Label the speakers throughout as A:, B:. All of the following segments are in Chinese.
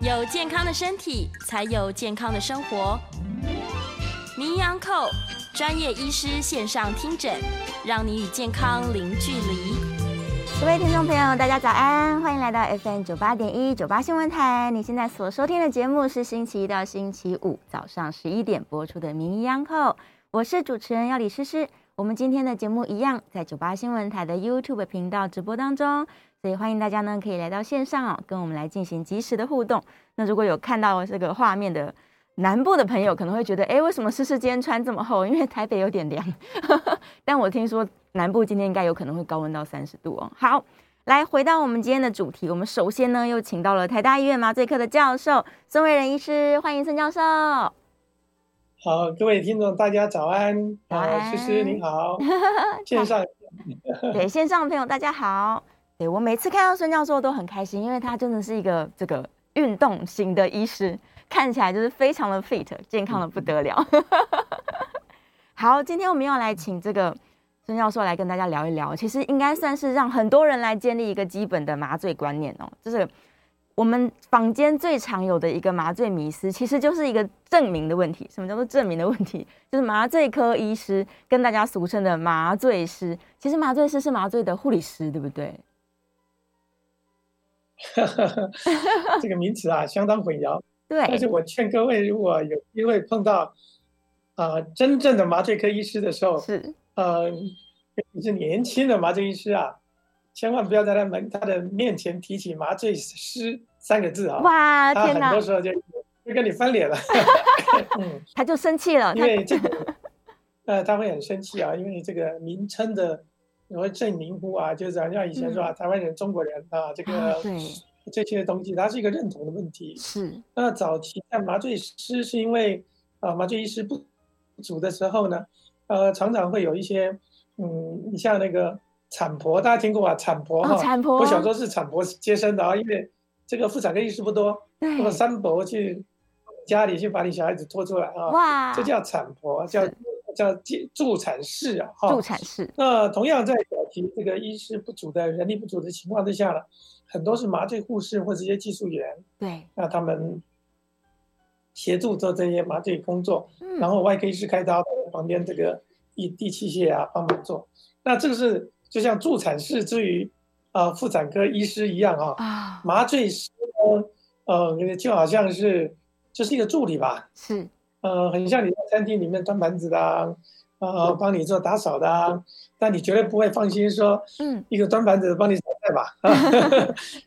A: 有健康的身体，才有健康的生活。名医安扣专业医师线上听诊，让你与健康零距离。
B: 各位听众朋友，大家早安，欢迎来到 FM 九八点一九八新闻台。你现在所收听的节目是星期一到星期五早上十一点播出的《名医央叩》，我是主持人要李诗诗。我们今天的节目一样在九八新闻台的 YouTube 频道直播当中，所以欢迎大家呢可以来到线上哦，跟我们来进行及时的互动。那如果有看到这个画面的南部的朋友，可能会觉得，哎，为什么诗诗今天穿这么厚？因为台北有点凉，但我听说南部今天应该有可能会高温到三十度哦。好，来回到我们今天的主题，我们首先呢又请到了台大医院麻醉科的教授孙维仁医师，欢迎孙教授。
C: 好，各位听众，大家早安。
B: 早安
C: 好，诗诗您好， 线上
B: 对，线上的朋友大家好。对我每次看到孙教授都很开心，因为他真的是一个这个运动型的医师，看起来就是非常的 fit，健康的不得了。 好，今天我们要来请这个孙教授来跟大家聊一聊，其实应该算是让很多人来建立一个基本的麻醉观念哦，就是我们坊间最常有的一个麻醉迷思，其实就是一个证明的问题。什么叫做证明的问题？就是麻醉科医师跟大家俗称的麻醉师，其实麻醉师是麻醉的护理师，对不对？
C: 这个名词啊，相当混淆。但
B: 对
C: 是我劝各位，如果有机会碰到啊、呃真正的麻醉科医师的时候，
B: 是
C: 呃，你是年轻的麻醉医师啊，千万不要在他们他的面前提起麻醉师三个字啊，
B: 哇，
C: 他
B: 天
C: 很
B: 哪
C: 多，时候就就跟你 翻脸了。 嗯，
B: 他就生气了，
C: 因
B: 他
C: 为这个，呃，他会很生气啊，因为这个名称的，什么证明乎啊，就是好像以前说啊，台湾人、中国人啊，这
B: 嗯啊
C: 个
B: 对
C: 这些东西，它是一个认同的问题。
B: 是
C: 那早期在麻醉师是因为啊、麻醉医师不足的时候呢，呃，常常会有一些，嗯，你像那个产婆，大家听过吧？产婆哈、
B: 哦，产婆，
C: 我小时候是产婆接生的啊，因为这个妇产科医师不多，那么
B: 对
C: 三伯去家里去把你小孩子拖出来啊。
B: 哇，
C: 这叫产婆，叫
B: 是
C: 叫介助产士啊。哈
B: 助产士，
C: 那同样在早期这个医师不足的人力不足的情况之下呢，很多是麻醉护士或者一些技术员，
B: 对，
C: 那他们协助做这些麻醉工作，
B: 嗯
C: 然后外科医师开刀，旁边这个医地器械啊帮忙做。那这个是就像助产士至于啊、呃妇产科医师一样啊，
B: 啊，
C: 麻醉师呢，呃，就好像是就是一个助理吧，
B: 是
C: 呃，很像你在餐厅里面端盘子的、啊，呃，帮你做打扫的、啊，但你绝对不会放心说
B: 嗯
C: 一个端盘子的帮你炒菜吧？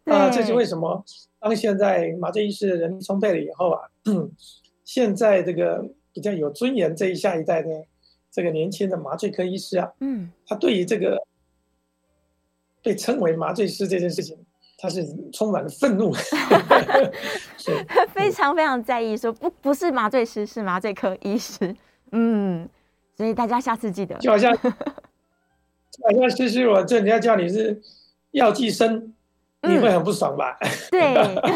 C: 啊，这是
B: 对
C: 为什么？当现在麻醉医师的人力充沛了以后啊， 现在这个比较有尊严这一下一代的这个年轻的麻醉科医师啊，
B: 嗯
C: 他对于这个被称为麻醉师这件事情，他是充满了愤怒。是
B: 非常非常在意说不不是麻醉师，是麻醉科医师。嗯，所以大家下次记得
C: 就好像，就好像诗诗，我这人家叫你是药剂生，你
B: 嗯
C: 会很不爽吧？
B: 对。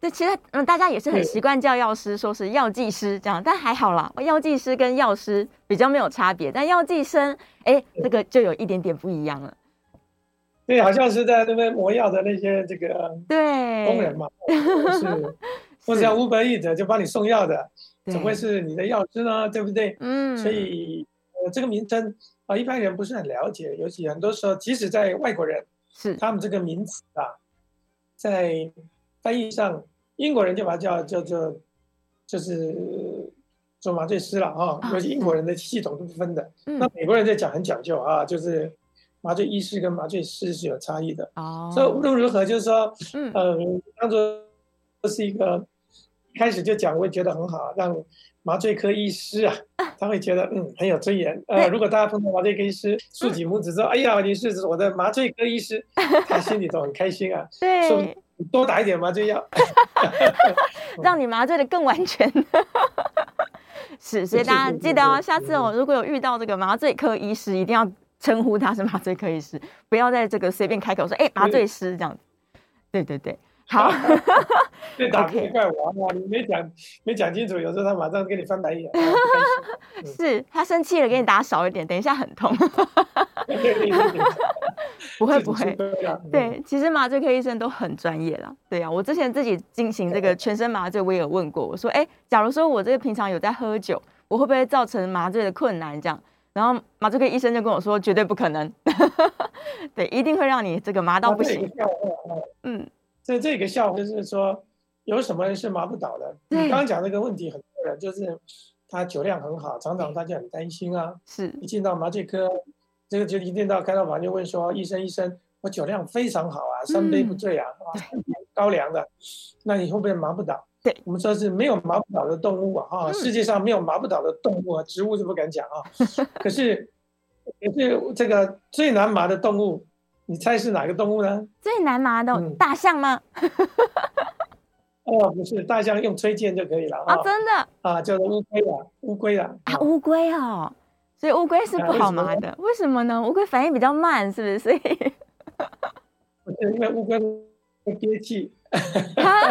B: 对，其实嗯，大家也是很
C: 对
B: 习惯叫药师，说是药剂师这样，但还好啦，药剂师跟药师比较没有差别，但药剂生，哎，这个就有一点点不一样了。
C: 对，好像是在那边磨药的那些这个
B: 对，
C: 工 人嘛，是，或者像 Uber e a 就帮你送药的，
B: 对
C: 怎么会是你的药师呢？对不对？
B: 嗯，
C: 所以呃，这个名称啊，一般人不是很了解，尤其很多时候，即使在外国人，
B: 是
C: 他们这个名词啊，在翻译上，英国人就把它叫叫做就是做麻醉师了啊，
B: 啊
C: 尤其英国人的系统是不分的。
B: 嗯
C: 那美国人在讲很讲究啊，就是麻醉医师跟麻醉师是有差异的。
B: 哦，
C: 所以无论如何，就是说，
B: 嗯
C: 呃，当做是一个一开始就讲，我也觉得很好，让麻醉科医师啊，他会觉得嗯很有尊严。呃，
B: 对
C: 如果大家碰到麻醉科医师，竖起拇指说：“哎呀，你是我的麻醉科 医师。”他心里都很开心啊，说
B: 对，
C: 你多打一点麻醉药。
B: 让你麻醉的更完全。 是，所以大家记得哦，下次哦，如果有遇到这个麻醉科医师，一定要称呼他是麻醉科医师，不要在这个随便开口说“哎、麻醉师”这样子。对对对， 好，
C: 这打
B: OK
C: 别怪我啊，你没讲没讲清楚，有时候他马上跟你翻白眼，啊不啊
B: 是他生气了，给你打少一点，等一下很痛。
C: 开心对对对对
B: 不会
C: 自己
B: 不会
C: 去，喝啦，嗯
B: 对，其实麻醉科医生都很专业啦。对啊呀、我之前自己进行这个全身麻醉，我也有问过，我说，哎，假如说我这个平常有在喝酒，我会不会造成麻醉的困难？这样，然后麻醉科医生就跟我说，绝对不可能， 对，一定会让你这个麻到
C: 啊
B: 不
C: 这有
B: 行
C: 个。笑话啊
B: 嗯，
C: 这这有个笑话就是说，有什么人是麻不倒的？你
B: 对
C: 刚刚讲这个问题，很多人就是他酒量很好，常常他就很担心啊。
B: 是
C: 一进到麻醉科，这个就一进到开刀房就问说：“医生，医生，我酒量非常好啊，三杯不
B: 嗯
C: 醉啊，啊 高粱的，那你会不会麻不倒？”
B: 对，
C: 我们说是没有麻不倒的动物啊，啊，
B: 嗯
C: 世界上没有麻不倒的动物啊，植物是不敢讲啊。可是，可是这个最难麻的动物，你猜是哪个动物呢？
B: 最难麻的
C: 嗯
B: 大象吗？
C: 哦，不是，大象用吹箭就可以了
B: 啊
C: 啊，
B: 真的
C: 啊，叫做乌龟啊，乌龟啊，
B: 啊，乌龟哦，所以乌龟是
C: 啊
B: 不
C: 为
B: 好
C: 什么
B: 麻
C: 呢
B: 的，为什么呢？乌龟反应比较慢，是不是？所以
C: 不是因为乌龟会憋气，
B: 它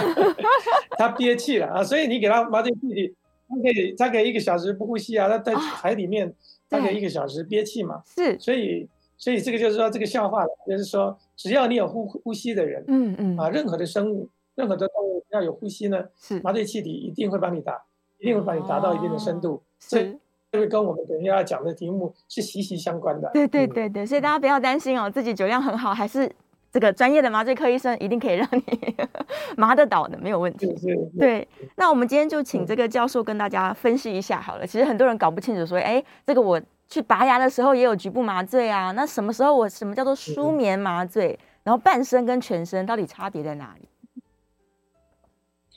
C: 它憋气了啊，所以你给它麻醉剂里，它可以它可以一个小时不呼吸啊，它在
B: 啊
C: 海里面，它可以
B: 对
C: 一个小时憋气嘛，
B: 是，
C: 所以所以这个就是说这个笑话了，就是说只要你有呼呼吸的人
B: 嗯嗯，
C: 啊，任何的生物，任何的动物只要有呼吸呢，
B: 是
C: 麻醉气体一定会帮你打，一定会帮你达到一定的深
B: 哦
C: 度，这
B: 是。
C: 这个跟我们等一下要讲的题目是息息相关的。
B: 对对
C: 嗯
B: 对对，所以大家不要担心哦，自己酒量很好，还是这个专业的麻醉科医生一定可以让你 麻得倒的，没有问
C: 是
B: 题。
C: 是是
B: 对，
C: 嗯
B: 那我们今天就请这个教授跟大家分析一下好了。其实很多人搞不清楚，说，哎，这个我去拔牙的时候也有局部麻醉啊，那什么时候我什么叫做舒
C: 嗯
B: 眠麻醉？然后半身跟全身到底差别在哪里？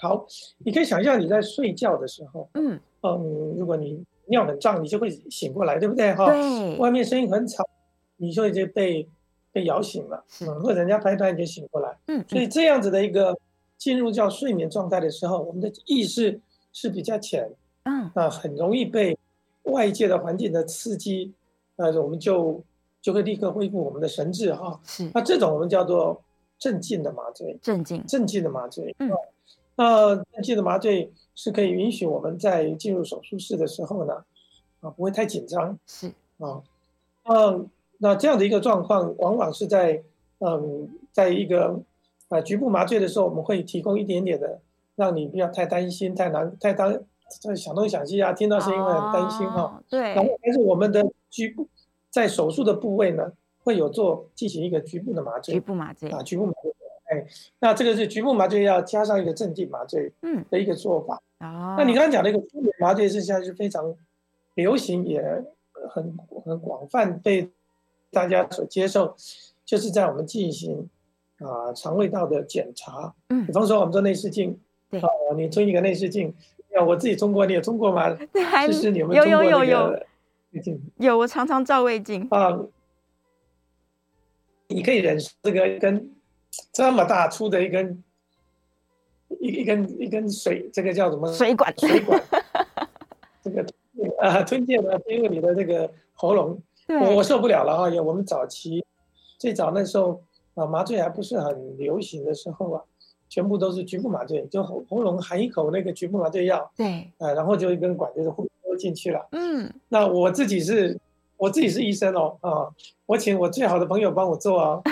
C: 好，你可以想象你在睡觉的时候，
B: 嗯，
C: 嗯，如果你尿很胀，你就会醒过来，对不对？哈、
B: 对，
C: 外面声音很吵，你就已经被被摇醒了，
B: 是
C: 嗯，或者人家拍拍你就醒过来。
B: 嗯，
C: 所以这样子的一个进入叫睡眠状态的时候，我们的意识是比较浅，
B: 嗯
C: 啊，很容易被外界的环境的刺激，呃，我们就就会立刻恢复我们的神智哈、
B: 是
C: 那这种我们叫做镇静的麻醉。
B: 镇静，
C: 镇静的麻醉。
B: 嗯
C: 啊，那镇静的麻醉是可以允许我们在进入手术室的时候呢，啊，不会太紧张
B: 是
C: 啊。嗯，那这样的一个状况，往往是在嗯，在一个啊局部麻醉的时候，我们会提供一点点的，让你不要太担心、太难、太担、太想东想西啊，听到声音会很担心哈、
B: 哦，对
C: 然，后，但是我们的局部在手术的部位呢，会有做进行一个局部的麻醉
B: 局。部麻醉，
C: 啊，局部麻醉。哎，那这个是局部麻醉要加上一个镇静麻醉
B: 嗯，
C: 的一个做法。
B: 哦，
C: 那你刚刚讲的一个舒眠麻醉是现在是非常流行，也很很广泛被大家所接受，就是在我们进行啊、肠胃道的检查，
B: 嗯
C: 比方说我们做内视镜，
B: 对
C: 啊，你做一个内视镜，啊，我自己中过，你也中过吗？
B: 对，还
C: 其实你有没
B: 有
C: 中过
B: 哎有有
C: 那
B: 有
C: 个内视镜？
B: 有，我常常照胃镜。
C: 啊，你可以忍受这个一根这么大粗的一根一一根一根水，这个叫什么？
B: 水管
C: 水管，这个啊吞进了进入你的这个喉咙，我我
B: 对，
C: 受不了了啊！有我们早期最早那时候啊，麻醉还不是很流行的时候啊，全部都是局部麻醉，就喉喉咙含一口那个局部麻醉药，
B: 对，
C: 啊，然后就一根管就是呼呼进去了。
B: 嗯，
C: 那我自己是，我自己是医生哦，啊，我请我最好的朋友帮我做啊，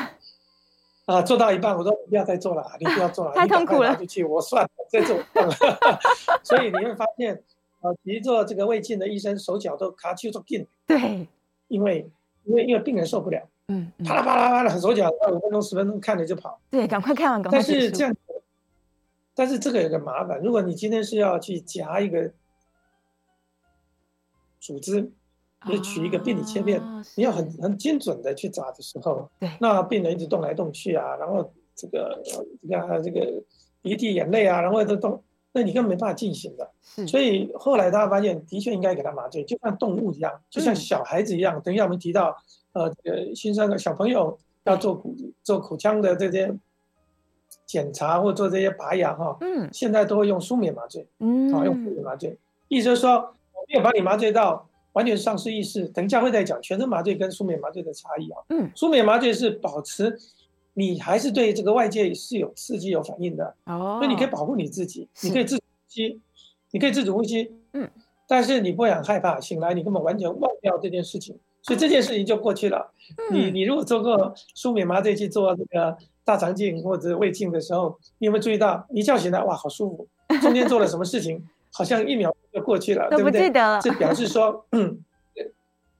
C: 啊，做到一半我说你不要再做了，你不要做了，
B: 太
C: 你赶
B: 痛
C: 快
B: 苦
C: 拿
B: 了
C: 出去我算了，这次我算了。 所以你会发现，啊，其实做这个胃镜的医生手脚都卡起做劲，
B: 对，
C: 因为因为因为病人受不了，
B: 嗯，嗯
C: 啪啦啪啦啪啦，手脚五分钟十分钟看着就跑。
B: 对，赶快看完，赶快
C: 但
B: 结
C: 是
B: 束
C: 这样，但是这个有个麻烦，如果你今天是要去夹一个组织，你就取一个病理切片，
B: 哦
C: 你要
B: 是
C: 很很精准的去扎的时候，
B: 对
C: 那病人一直动来动去啊，然后这个这个啊这个鼻涕眼泪啊，然后都动，那你根本没办法进行的。
B: 是，
C: 所以后来大家发现，的确应该给他麻醉，就像动物一样，就像
B: 嗯
C: 小孩子一样。等一下我们提到，呃，这个新生的小朋友要做骨
B: 嗯
C: 做口腔的这些检查或做这些拔牙哈，
B: 嗯
C: 现在都会用舒眠麻醉，啊，用舒
B: 嗯，
C: 眠麻醉，意思就是说我没有把你麻醉到完全丧失意识。等一下会再讲全身麻醉跟舒眠麻醉的差异啊。
B: 嗯，
C: 舒眠麻醉是保持你还是对这个外界是有刺激有反应的，
B: 哦，
C: 所以你可以保护你自己，你
B: 是
C: 可以自主呼吸，你可以自主呼吸，
B: 嗯，
C: 但是你不会很害怕，醒来你根本完全忘掉这件事情，所
B: 哦
C: 以这件事情就过去了。
A: 嗯
B: 嗯
C: 你你如果做过舒美麻醉去做这个大肠镜或者胃镜的时候，你有没有注意到一觉醒来哇好舒 服，中间做了什么事情好像一秒就过去了，
B: 都
C: 对
B: 不
C: 不
B: 记
C: 对？
B: 得了。
C: 这表示说，嗯，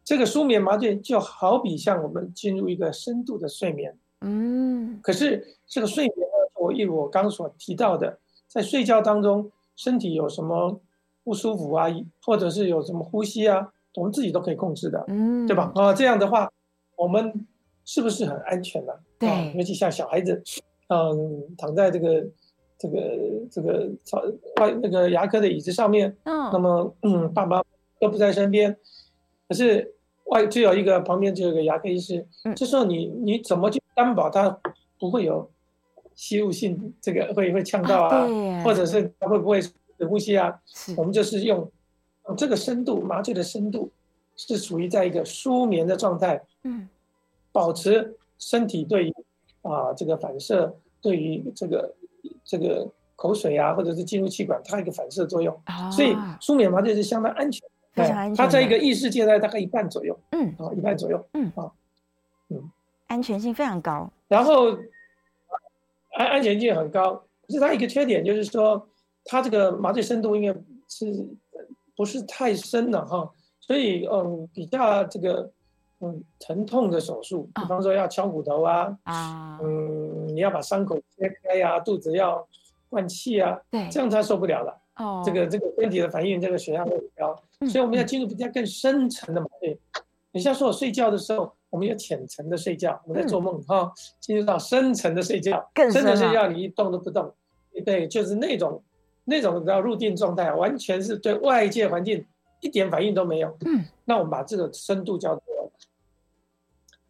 C: 这个舒眠麻醉就好比像我们进入一个深度的睡眠，
B: 嗯
C: 可是这个睡眠呢，我一如我刚所提到的，在睡觉当中，身体有什么不舒服啊，或者是有什么呼吸啊，我们自己都可以控制的，
B: 嗯，
C: 对吧？？啊，这样的话，我们是不是很安全呢、啊？
B: 对
C: 尤其像小孩子，嗯，躺在这个这个这个草外那个牙科的椅子上面，那
B: 嗯，
C: 么嗯，爸妈都不在身边，可是外只有一个旁边只有一个牙科医师
B: 嗯，
C: 这时候你你怎么去担保他不会有吸入性这个会会呛到啊，
B: 哦对耶，
C: 或者是他会不会呼吸啊？
B: 是
C: 我们就是用用这个深度麻醉的深度是处于在一个舒眠的状态，
B: 嗯
C: 保持身体对于啊这个反射对于这个这个口水啊或者是进入气管它有一个反射作用。
B: 啊，
C: 所以舒眠麻醉是相当安全，
B: 非
C: 哎
B: 常安全
C: 它在一
B: 的
C: 个意识界在大概一半左右
B: 嗯
C: 啊，一半左右。
B: 安全性非常高。
C: 然后安安全性很高，可是它一个缺点就是说，它这个麻醉深度应该是不是太深了哈，所以嗯，比较这个嗯疼痛的手术，
B: 啊
C: 比方说要敲骨头啊，
B: 啊，
C: 嗯，你要把伤口切开呀、肚子要灌气啊，
B: 对，
C: 这样他受不了了。
B: 哦，
C: 这个这个身体的反应，这个血压会很高，
B: 嗯
C: 所以我们要进入比较更深层的麻醉。你像说我睡觉的时候，我们有浅层的睡觉，我们在做梦哈、进入到深层的睡觉，
B: 更嗯
C: 的
B: 深啊
C: 睡
B: 了
C: 觉你一动都不动，对，就是那种那种叫入定状态，啊完全是对外界环境一点反应都没有。
B: 嗯，
C: 那我们把这个深度叫做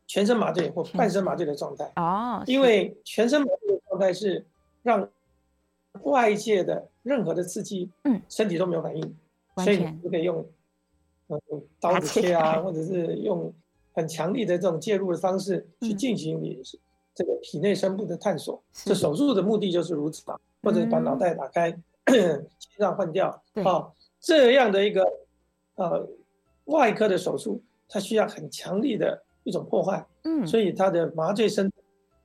C: 全身麻醉或半身麻醉的状态。
B: 哦，嗯
C: 因
B: 是
C: 为全身麻醉的状态是让外界的任何的刺激，
B: 嗯，
C: 身体都没有反应，
B: 完
C: 所以
B: 全
C: 你就可以用， 嗯，刀
B: 拿
C: 子
B: 起
C: 切
B: 来
C: 啊，或者是用很强力的这种介入的方式去
B: 嗯
C: 进行你这个体内深部的探索。
B: 是
C: 这手术的目的就是如此嘛，或者把脑袋打开， 心脏换掉，
B: 嗯对
C: 啊，这样的一个呃外科的手术，它需要很强力的一种破坏。
B: 嗯，
C: 所以它的麻醉深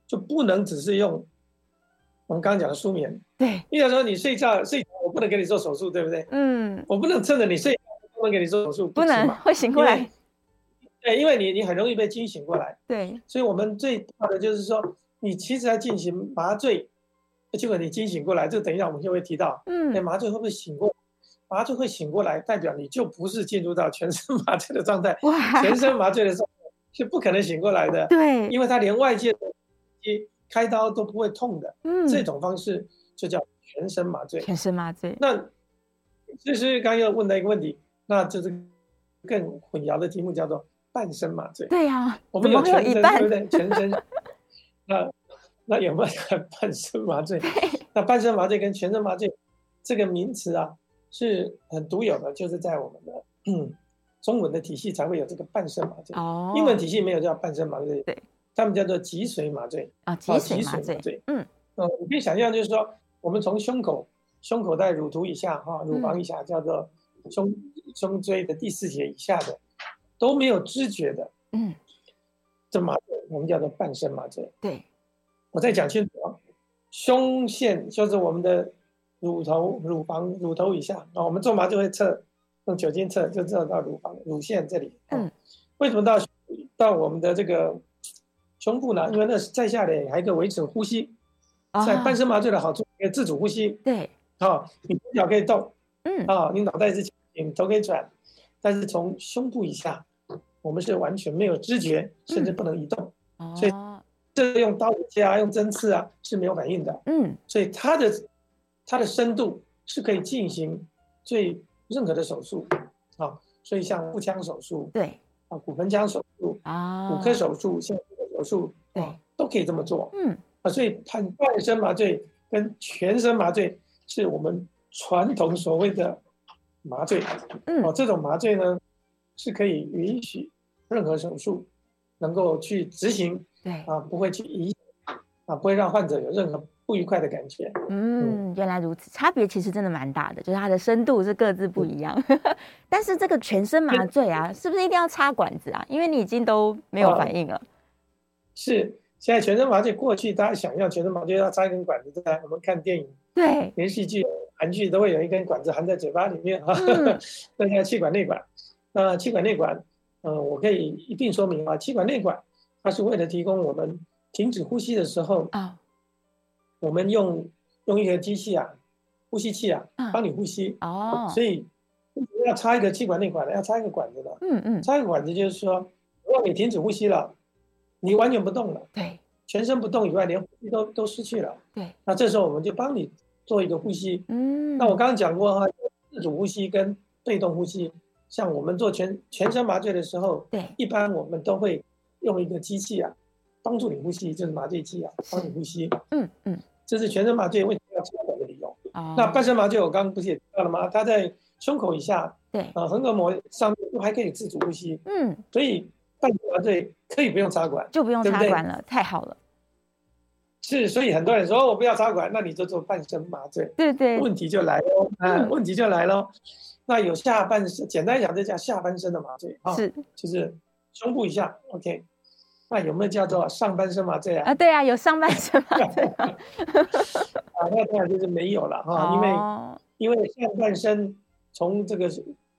C: 就不能只是用我们刚刚讲的舒眠。
B: 对，
C: 你想说你睡觉睡，我不能给你做手术，对不对？
B: 嗯，
C: 我不能趁着你睡觉不能给你做手术，
B: 不
C: 行
B: 能
C: 嘛
B: 会醒过
C: 因
B: 来
C: 为，对，因为你你很容易被惊醒过来。
B: 对，
C: 所以我们最怕的就是说，你其实在进行麻醉，结果你惊醒过来，这等一下我们就会提到，哎，
B: 嗯，
C: 麻醉会不会醒过？麻醉会醒过来，代表你就不是进入到全身麻醉的 状态，
B: 哇，
C: 全身麻醉的时候是不可能醒过来的。
B: 对，
C: 因为它连外界的开刀都不会痛的，
B: 嗯，
C: 这种方式就叫全身麻醉。
B: 全身麻醉，
C: 那这是刚要问的一个问题，那就是更混淆的题目叫做半身麻醉。
B: 对呀，
C: 我
B: 怎
C: 们
B: 么
C: 有
B: 会有
C: 全
B: 一
C: 身，
B: 半
C: 对不？对？全身，那那有没有半身麻醉？那半身麻醉跟全身麻醉这个名词啊，是很独有的，就是在我们的嗯中文的体系才会有这个半身麻醉。
B: 哦，
C: 英文体系没有叫半身麻醉，
B: 对，
C: 他们叫做脊髓麻醉。
B: 啊，
C: 啊
B: 脊
C: 脊
B: 髓麻
C: 髓
B: 醉
C: 麻醉，
B: 嗯，
C: 嗯，你可以想象，就是说，我们从胸口、胸口在乳突以下哈、乳
B: 嗯
C: 房以下，叫做胸胸椎的第四节以下的，都没有知觉的
B: 嗯，
C: 这麻醉，我们叫做半身麻醉。
B: 对，
C: 我再讲清楚啊，胸腺就是我们的乳头、乳房、乳头以下啊，我们做麻醉会测，用酒精测就知道到乳房、乳腺这里。啊
B: 嗯，
C: 为什么到到我们的这个胸部呢？因为那是在下的还有一个维持呼吸，在
B: 啊
C: 半身麻醉的好处，可以自主呼吸
B: 对，
C: 啊、你左脚可以动
B: 嗯，
C: 啊、你脑袋是你头可以转，但是从胸部以下，我们是完全没有知觉，甚至
B: 嗯
C: 不能移动。所以
B: 哦，
C: 这个用刀子切啊，用针刺啊是没有反应的，
B: 嗯，
C: 所以它的它的深度是可以进行最任何的手术啊、所以像腹腔手术
B: 对，
C: 啊、骨盆腔手术、
B: 啊，
C: 骨科手术、像手术啊、
B: 对
C: 都可以这么做。
B: 嗯，
C: 啊，所以判半身麻醉跟全身麻醉是我们传统所谓的麻醉。
B: 嗯
C: 哦，这种麻醉呢是可以允许任何手术能够去执行
B: 对，
C: 啊，不会去影响啊，不会让患者有任何不愉快的感觉。
B: 嗯，原来如此，差别其实真的蛮大的，就是它的深度是各自不
C: 嗯
B: 一样。 但是这个全身麻醉啊，是不是一定要插管子啊？因为你已经都没
C: 哦
B: 有反应了。
C: 是，现在全身麻醉过去大家想要全身麻醉要插一根管子在，我们看电影、
B: 对，
C: 连续剧、韩剧都会有一根管子含在嘴巴里面啊
B: 嗯，
C: 那叫气管内管。那气管内管，呃，我可以一并说明啊，气管内管它是为了提供我们停止呼吸的时候，
B: 哦，
C: 我们用用一个机器啊，呼吸器啊
B: 嗯，
C: 帮你呼吸。
B: 哦，
C: 所以要插一个气管内管的，要插一个管子的。
B: 嗯嗯，
C: 插一个管子就是说，如果你停止呼吸了，你完全不动了，
B: 对
C: 全身不动以外，连呼吸都都失去了。
B: 对，
C: 那这时候我们就帮你做一个呼吸。
B: 嗯，
C: 那我刚刚讲过哈，自主呼吸跟被动呼吸，像我们做全全身麻醉的时候，
B: 对，
C: 一般我们都会用一个机器啊，帮助你呼吸，就是麻醉剂啊，
B: 是
C: 帮你呼吸。
B: 嗯嗯，
C: 这是全身麻醉为什么要插管的理由。
B: 哦，
C: 那半身麻醉我刚刚不是也提到了吗？它在胸口以下，
B: 对，
C: 啊，横膈膜上面都还可以自主呼吸，
B: 嗯，
C: 所以半身麻醉可以不用插管。
B: 就不用
C: 对不
B: 插
C: 对
B: 管了，太好了。
C: 是，所以很多人说、哦我不要插管，那你就做半身麻醉。
B: 对对，
C: 问题就来喽，啊
B: 嗯，
C: 问题就来喽。那有下半身，简单讲，这叫下半身的麻醉啊，
B: 是
C: 就是胸部以下，OK。那有没有叫做上半身麻醉啊？
B: 啊，对啊，有上半身麻 醉吗，
C: 啊，那当然就是没有了哈，因为
B: 哦
C: 因为上半身从这个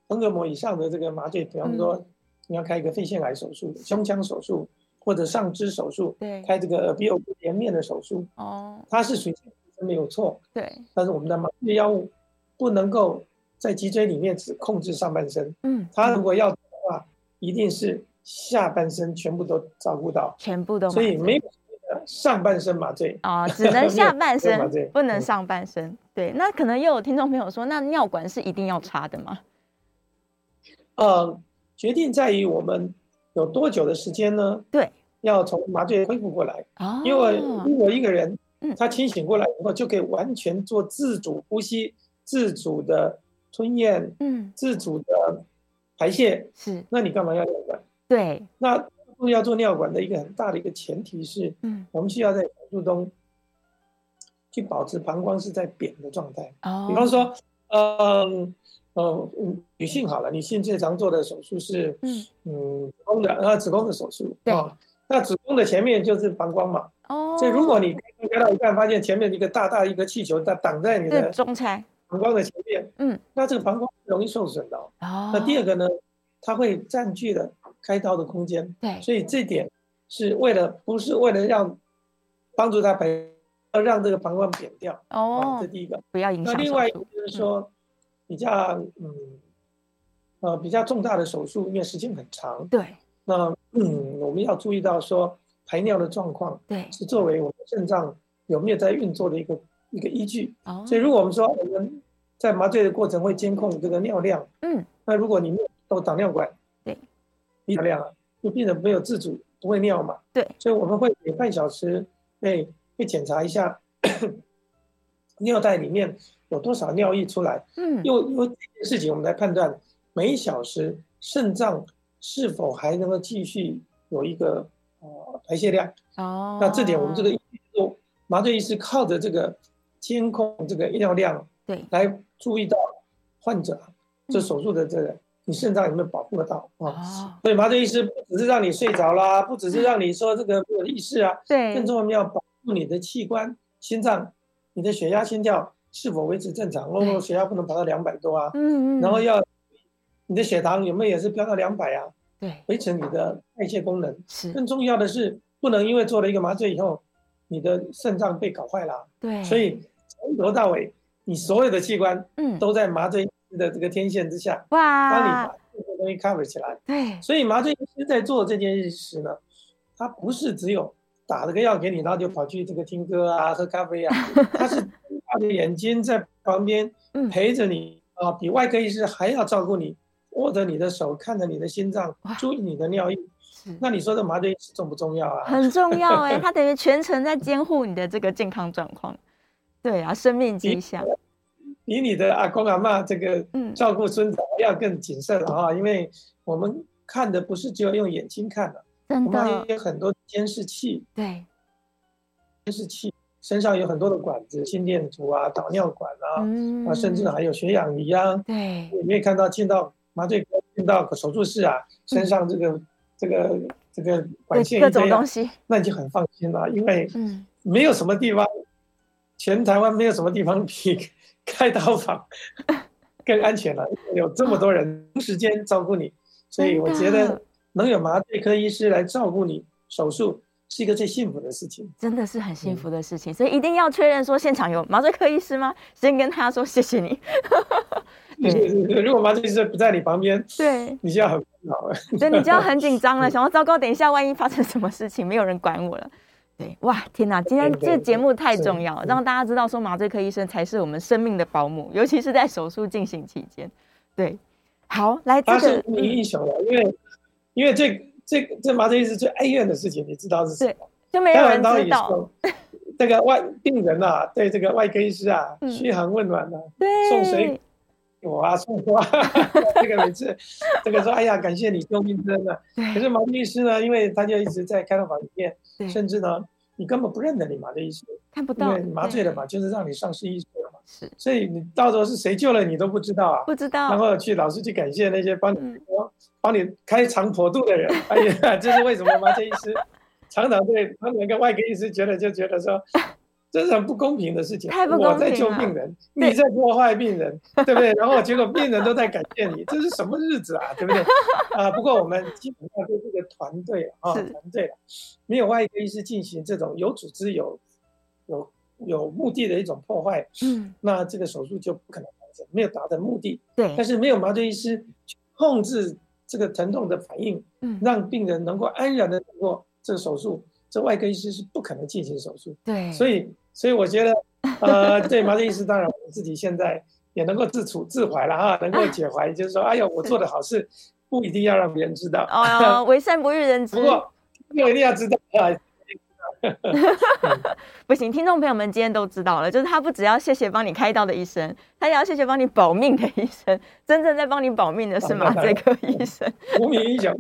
C: 横膈膜以上的这个麻醉，比
B: 嗯
C: 方说你要开一个肺腺癌手术、胸腔手术或者上肢手术，
B: 对，
C: 开这个耳鼻喉部颜面的手术，
B: 哦
C: 它是属于上半身没有错，
B: 对，
C: 但是我们的麻醉药物不能够在脊椎里面只控制上半身，
B: 嗯，
C: 它如果要的话，一定是下半身全部都照顾到，
B: 全部都麻
C: 所以
B: 醉
C: 没有所谓的上半身麻醉。
B: 哦，只能下半
C: 没有麻
B: 身
C: 醉，
B: 不能
C: 嗯
B: 上半身。对，那可能又有听众朋友说，那尿管是一定要插的吗？
C: 呃，决定在于我们有多久的时间呢？
B: 对，
C: 要从麻醉恢复过来。
B: 哦，
C: 因为如果一个人
B: 嗯
C: 他清醒过来以后，就可以完全做自主呼吸、自主的吞咽、
B: 嗯
C: 自主的排泄，
B: 是
C: 那你干嘛要尿管？
B: 对，
C: 那要做尿管的一个很大的一个前提是，
B: 嗯
C: 我们需要在手术中去保持膀胱是在扁的状态。
B: 哦，
C: 比方说，嗯呃，嗯女性好了，女性最常做的手术是，
B: 嗯
C: 嗯，子宫的呃子宫的手术，
B: 对
C: 啊那子宫的前面就是膀胱嘛，
B: 哦，
C: 所以如果你开到一半，发现前面一个大大一个气球挡挡在你
B: 对
C: 的
B: 中拆
C: 膀胱的前面，
B: 嗯，
C: 那这个膀胱容易受损的哦。
B: 哦，
C: 那第
B: 二
C: 二个呢，它会占据了开刀的空间，
B: 对
C: 所以这点是为了不是为了让帮助它排，要让这个膀胱扁掉啊，
B: 哦
C: 这，第一个。
B: 不要影
C: 那
B: 响嗯
C: 另
B: 手
C: 外一个
B: 术
C: 就是说，比较嗯，呃，比较重大的手术，因为时间很长，
B: 对
C: 那嗯，我们要注意到说排尿的状况
B: 对
C: 是作为我们肾脏有没有在运作的一个一个依据。
B: 哦，
C: 所以如果我们说我们在麻醉的过程会监控这个尿量，
B: 嗯，
C: 那如果你没有哦都导尿管，
B: 对，
C: 你导量啊，就病人没有自主不会尿嘛，
B: 对，
C: 所以我们会每半小时会会检查一下 尿袋里面有多少尿液出来，
B: 嗯
C: 因为因为这件事情，我们来判断每小时肾脏是否还能够继续有一个呃排泄量。
B: 哦，
C: 那这点我们这个麻醉医师靠着这个监控这个药量
B: 对
C: 来注意到患者
B: 嗯
C: 这手术的这个你肾脏有没有保护得到啊？
B: 哦
C: 所以麻醉医师不只是让你睡着啦，不只是让你说这个没有意识啊，
B: 对
C: 更重要要保护你的器官、心脏、你的血压、心跳是否维持正常。如
B: 对
C: 果血压不能爬到两百多啊，
B: 嗯嗯嗯，
C: 然后要你的血糖有没有也是飙到两百啊，
B: 对嗯
C: 维持你的代谢功能。
B: 是，
C: 更重要的是，不能因为做了一个麻醉以后，你的肾脏被搞坏了。
B: 对，
C: 所以从头到尾，你所有的器官
B: 嗯
C: 都在麻醉医师的这个天线之下，帮你
B: 哇
C: 把，这个东西 cover 起来。
B: 对
C: 所以麻醉医师在做这件事呢，他不是只有打了个药给你，然后就跑去这个听歌啊、喝咖啡 啊，他是他的眼睛在旁边
B: 嗯
C: 陪着你啊，比外科医师还要照顾你，握着你的手，看着你的心脏
B: 哇，
C: 注意你的尿液。
B: 是。
C: 那你说这麻醉医师重不重要 啊？
B: 很重 要哎、它等于全程在监护你的这个健康状况。对啊，生命迹象。
C: 比你的阿公阿嬷这个
B: 嗯
C: 照顾孙子还要更谨慎了啊，因为我们看的不是只有用眼睛看的，
B: 真
C: 我们还
B: 的，
C: 有很多监视器，
B: 对，
C: 身上有很多的管子，心电图啊、导尿管啊，
B: 嗯
C: 啊，甚至还有血氧仪啊。
B: 对，
C: 你可以看到进到麻醉科、进到手术室啊，身上这个这个这个管线
B: 对
C: 一
B: 各种
C: 堆啊
B: 东西，
C: 那你就很放心了，因为
B: 嗯，
C: 没有什么地方，全台湾没有什么地方比开刀房更安全了，有这么多人同时间照顾你，所以我觉
B: 真
C: 得
B: 的
C: 能有麻醉科医师来照顾你手术是一个最幸福的事情。
B: 真的是很
C: 嗯
B: 幸福的事情，所以一定要确认说现场有麻醉科医师吗？先跟他说谢谢你。 对
C: 如果麻醉师不在你旁边，
B: 对，
C: 你就要很烦恼了。
B: 所以你就要很紧张了，想要糟糕，等一下万一发生什么事情，没有人管我了。对，哇，天哪！今天
C: 对对
B: 这个节目太
C: 是
B: 重要了，
C: 是
B: 让大家知道说麻醉科医生才是我们生命的保姆，尤其是在手术进行期间。对，好，来这
C: 他啊是
B: 个嗯
C: 无名英雄了，因为因为这这这麻醉医师最哀怨的事情，你知道是什么？
B: 就没有
C: 当
B: 人
C: 然，当然
B: 知
C: 也
B: 道，
C: 是这个外病人啊，对这个外科医师啊
B: 嗯，
C: 嘘寒问暖啊，
B: 对，
C: 送水我啊，送花， 这个每次这个说哎呀，感谢你救命之恩啊。可
B: 对
C: 是麻醉医师呢，因为他就一直在开刀房里面，
B: 对，
C: 甚至呢，你根本不认得你麻醉医师，
B: 看不
C: 因
B: 到
C: 为麻醉
B: 对
C: 了嘛，就是让你丧失意识了嘛，
B: 是
C: 所以你到时候是谁救了你都不知道啊。
B: 不知
C: 然
B: 道，
C: 后去老是去感谢那些帮你
B: 嗯，
C: 帮你开肠破肚的人。 哎呀，这是为什么麻醉医 师常常对常常跟外科医师觉得就觉得说，这是很不公平的事情。
B: 太不公平了
C: 我在救病人，
B: 对
C: 你在破坏病人，对不对？然后结果病人都在感 谢你，这是什么日子啊？对不对？啊，不过我们基本上对这个团队 啊，
B: 是
C: 团队了，没有外科医师进行这种有组织、有有有目的的一种破坏，
B: 嗯，
C: 那这个手术就不可能完成，没有达成目的。
B: 对
C: 但，是没有麻醉医师去控制这个疼痛的反应，
B: 嗯，
C: 让病人能够安然的度过这个手术，这外科医师是不可能进行手术。
B: 对，
C: 所
B: 以
C: 以，所以我觉得，呃， 对麻醉医师，当然我们自己现在也能够自处自怀了哈，能够解怀，就是说，哎呀，我做的好事不一定要让别人知道，
B: 哦，为善不欲人知
C: 不。过又一定要知道啊。
B: 不行，听众朋友们今天都知道了，就是他不只要谢谢帮你开刀的医生，他也要谢谢帮你保命的医生。真正在帮你保命的是麻醉科医生，
C: 无名 英雄，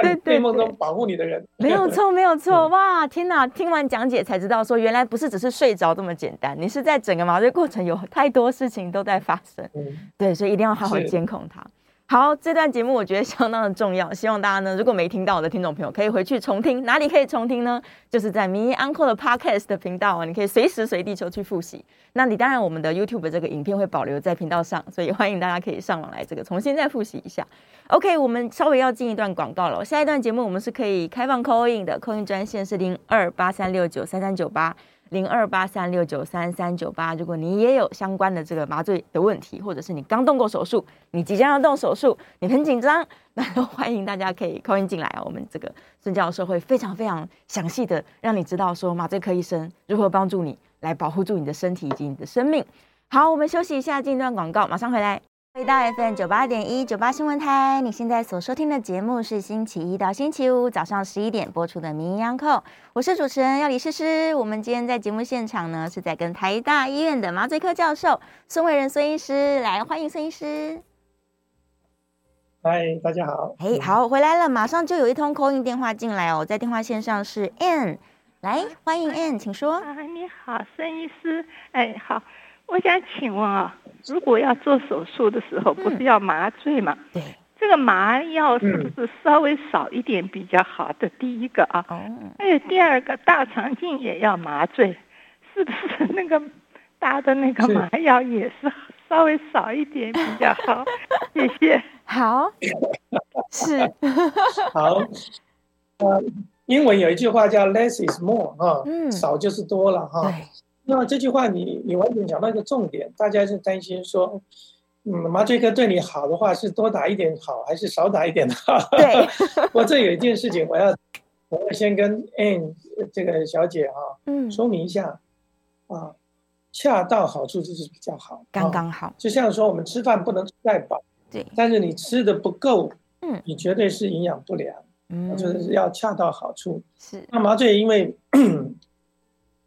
B: 对
C: 在
B: 对
C: 睡梦
B: 对
C: 中保护你的人，
B: 没有错，没有错。哇，天哪！听完讲解才知道，说原来不是只是睡着这么简单，你是在整个麻醉过程有太多事情都在发生。
C: 嗯，
B: 对，所以一定要好好
C: 是
B: 监控它。好，这段节目我觉得相当的重要，希望大家呢，如果没听到的听众朋友，可以回去重听。哪里可以重听呢？就是在迷 u n c l e 的 Podcast 的频道啊，你可以随时随地就去复习。那你当然，我们的 YouTube 这个影片会保留在频道上，所以欢迎大家可以上网来这个重新再复习一下。OK，我们稍微要进一段广告了。下一段节目我们是可以开放 call in 的，call in 专线是零二八三六九三三九八零二八三六九三三九八。如果你也有相关的这个麻醉的问题，或者是你刚动过手术，你即将要动手术，你很紧张，那都欢迎大家可以 call in 进来哦。我们这个孙教授会非常非常详细的让你知道说麻醉科医生如何帮助你来保护住你的身体以及你的生命。好，我们休息一下，进一段广告，马上回来。回到 FM 九八点一九八新闻台，你现在所收听的节目是星期一到星期五早上十一点播出的《名医央叩》，我是主持人要李诗诗。我们今天在节目现场呢，是在跟台大医院的麻醉科教授孙伟仁孙医师来欢迎孙医师。
C: 嗨，大家好，
B: 哎，好，回来了，马上就有一通 call in 电话进来哦，在电话线上是 Ann，来欢迎 Ann，请说。
D: 啊，你好，孙医师。哎，好，我想请问啊，如果要做手术的时候，不是要麻醉嘛？
B: 对，
D: 这个麻药是不是稍微少一点比较好的？第一个啊，
B: 哦，
D: 还有第二个，大肠镜也要麻醉，是不是那个搭的那个
C: 是
D: 麻药也是稍微少一点比较好？谢谢。
B: 好， 是，
C: 好，呃，英文有一句话叫 “less is more” 哈，
B: 嗯
C: 少就是多了哈。
B: 对，
C: 那这句话你你完全讲到一个重点，大家是担心说，嗯，麻醉科对你好的话是多打一点好，还是少打一点好？
B: 对。
C: 我这有一件事情，我要我要先跟 Anne 这个小姐哈、
B: 嗯，
C: 说明一下啊，恰到好处就是比较好。
B: 刚
C: 啊
B: 刚好，
C: 就像说我们吃饭不能吃太饱，
B: 对，
C: 但是你吃的不够，
B: 嗯
C: 你绝对是营养不良。
B: 嗯，
C: 就是要恰到好处。
B: 是，
C: 那麻醉因为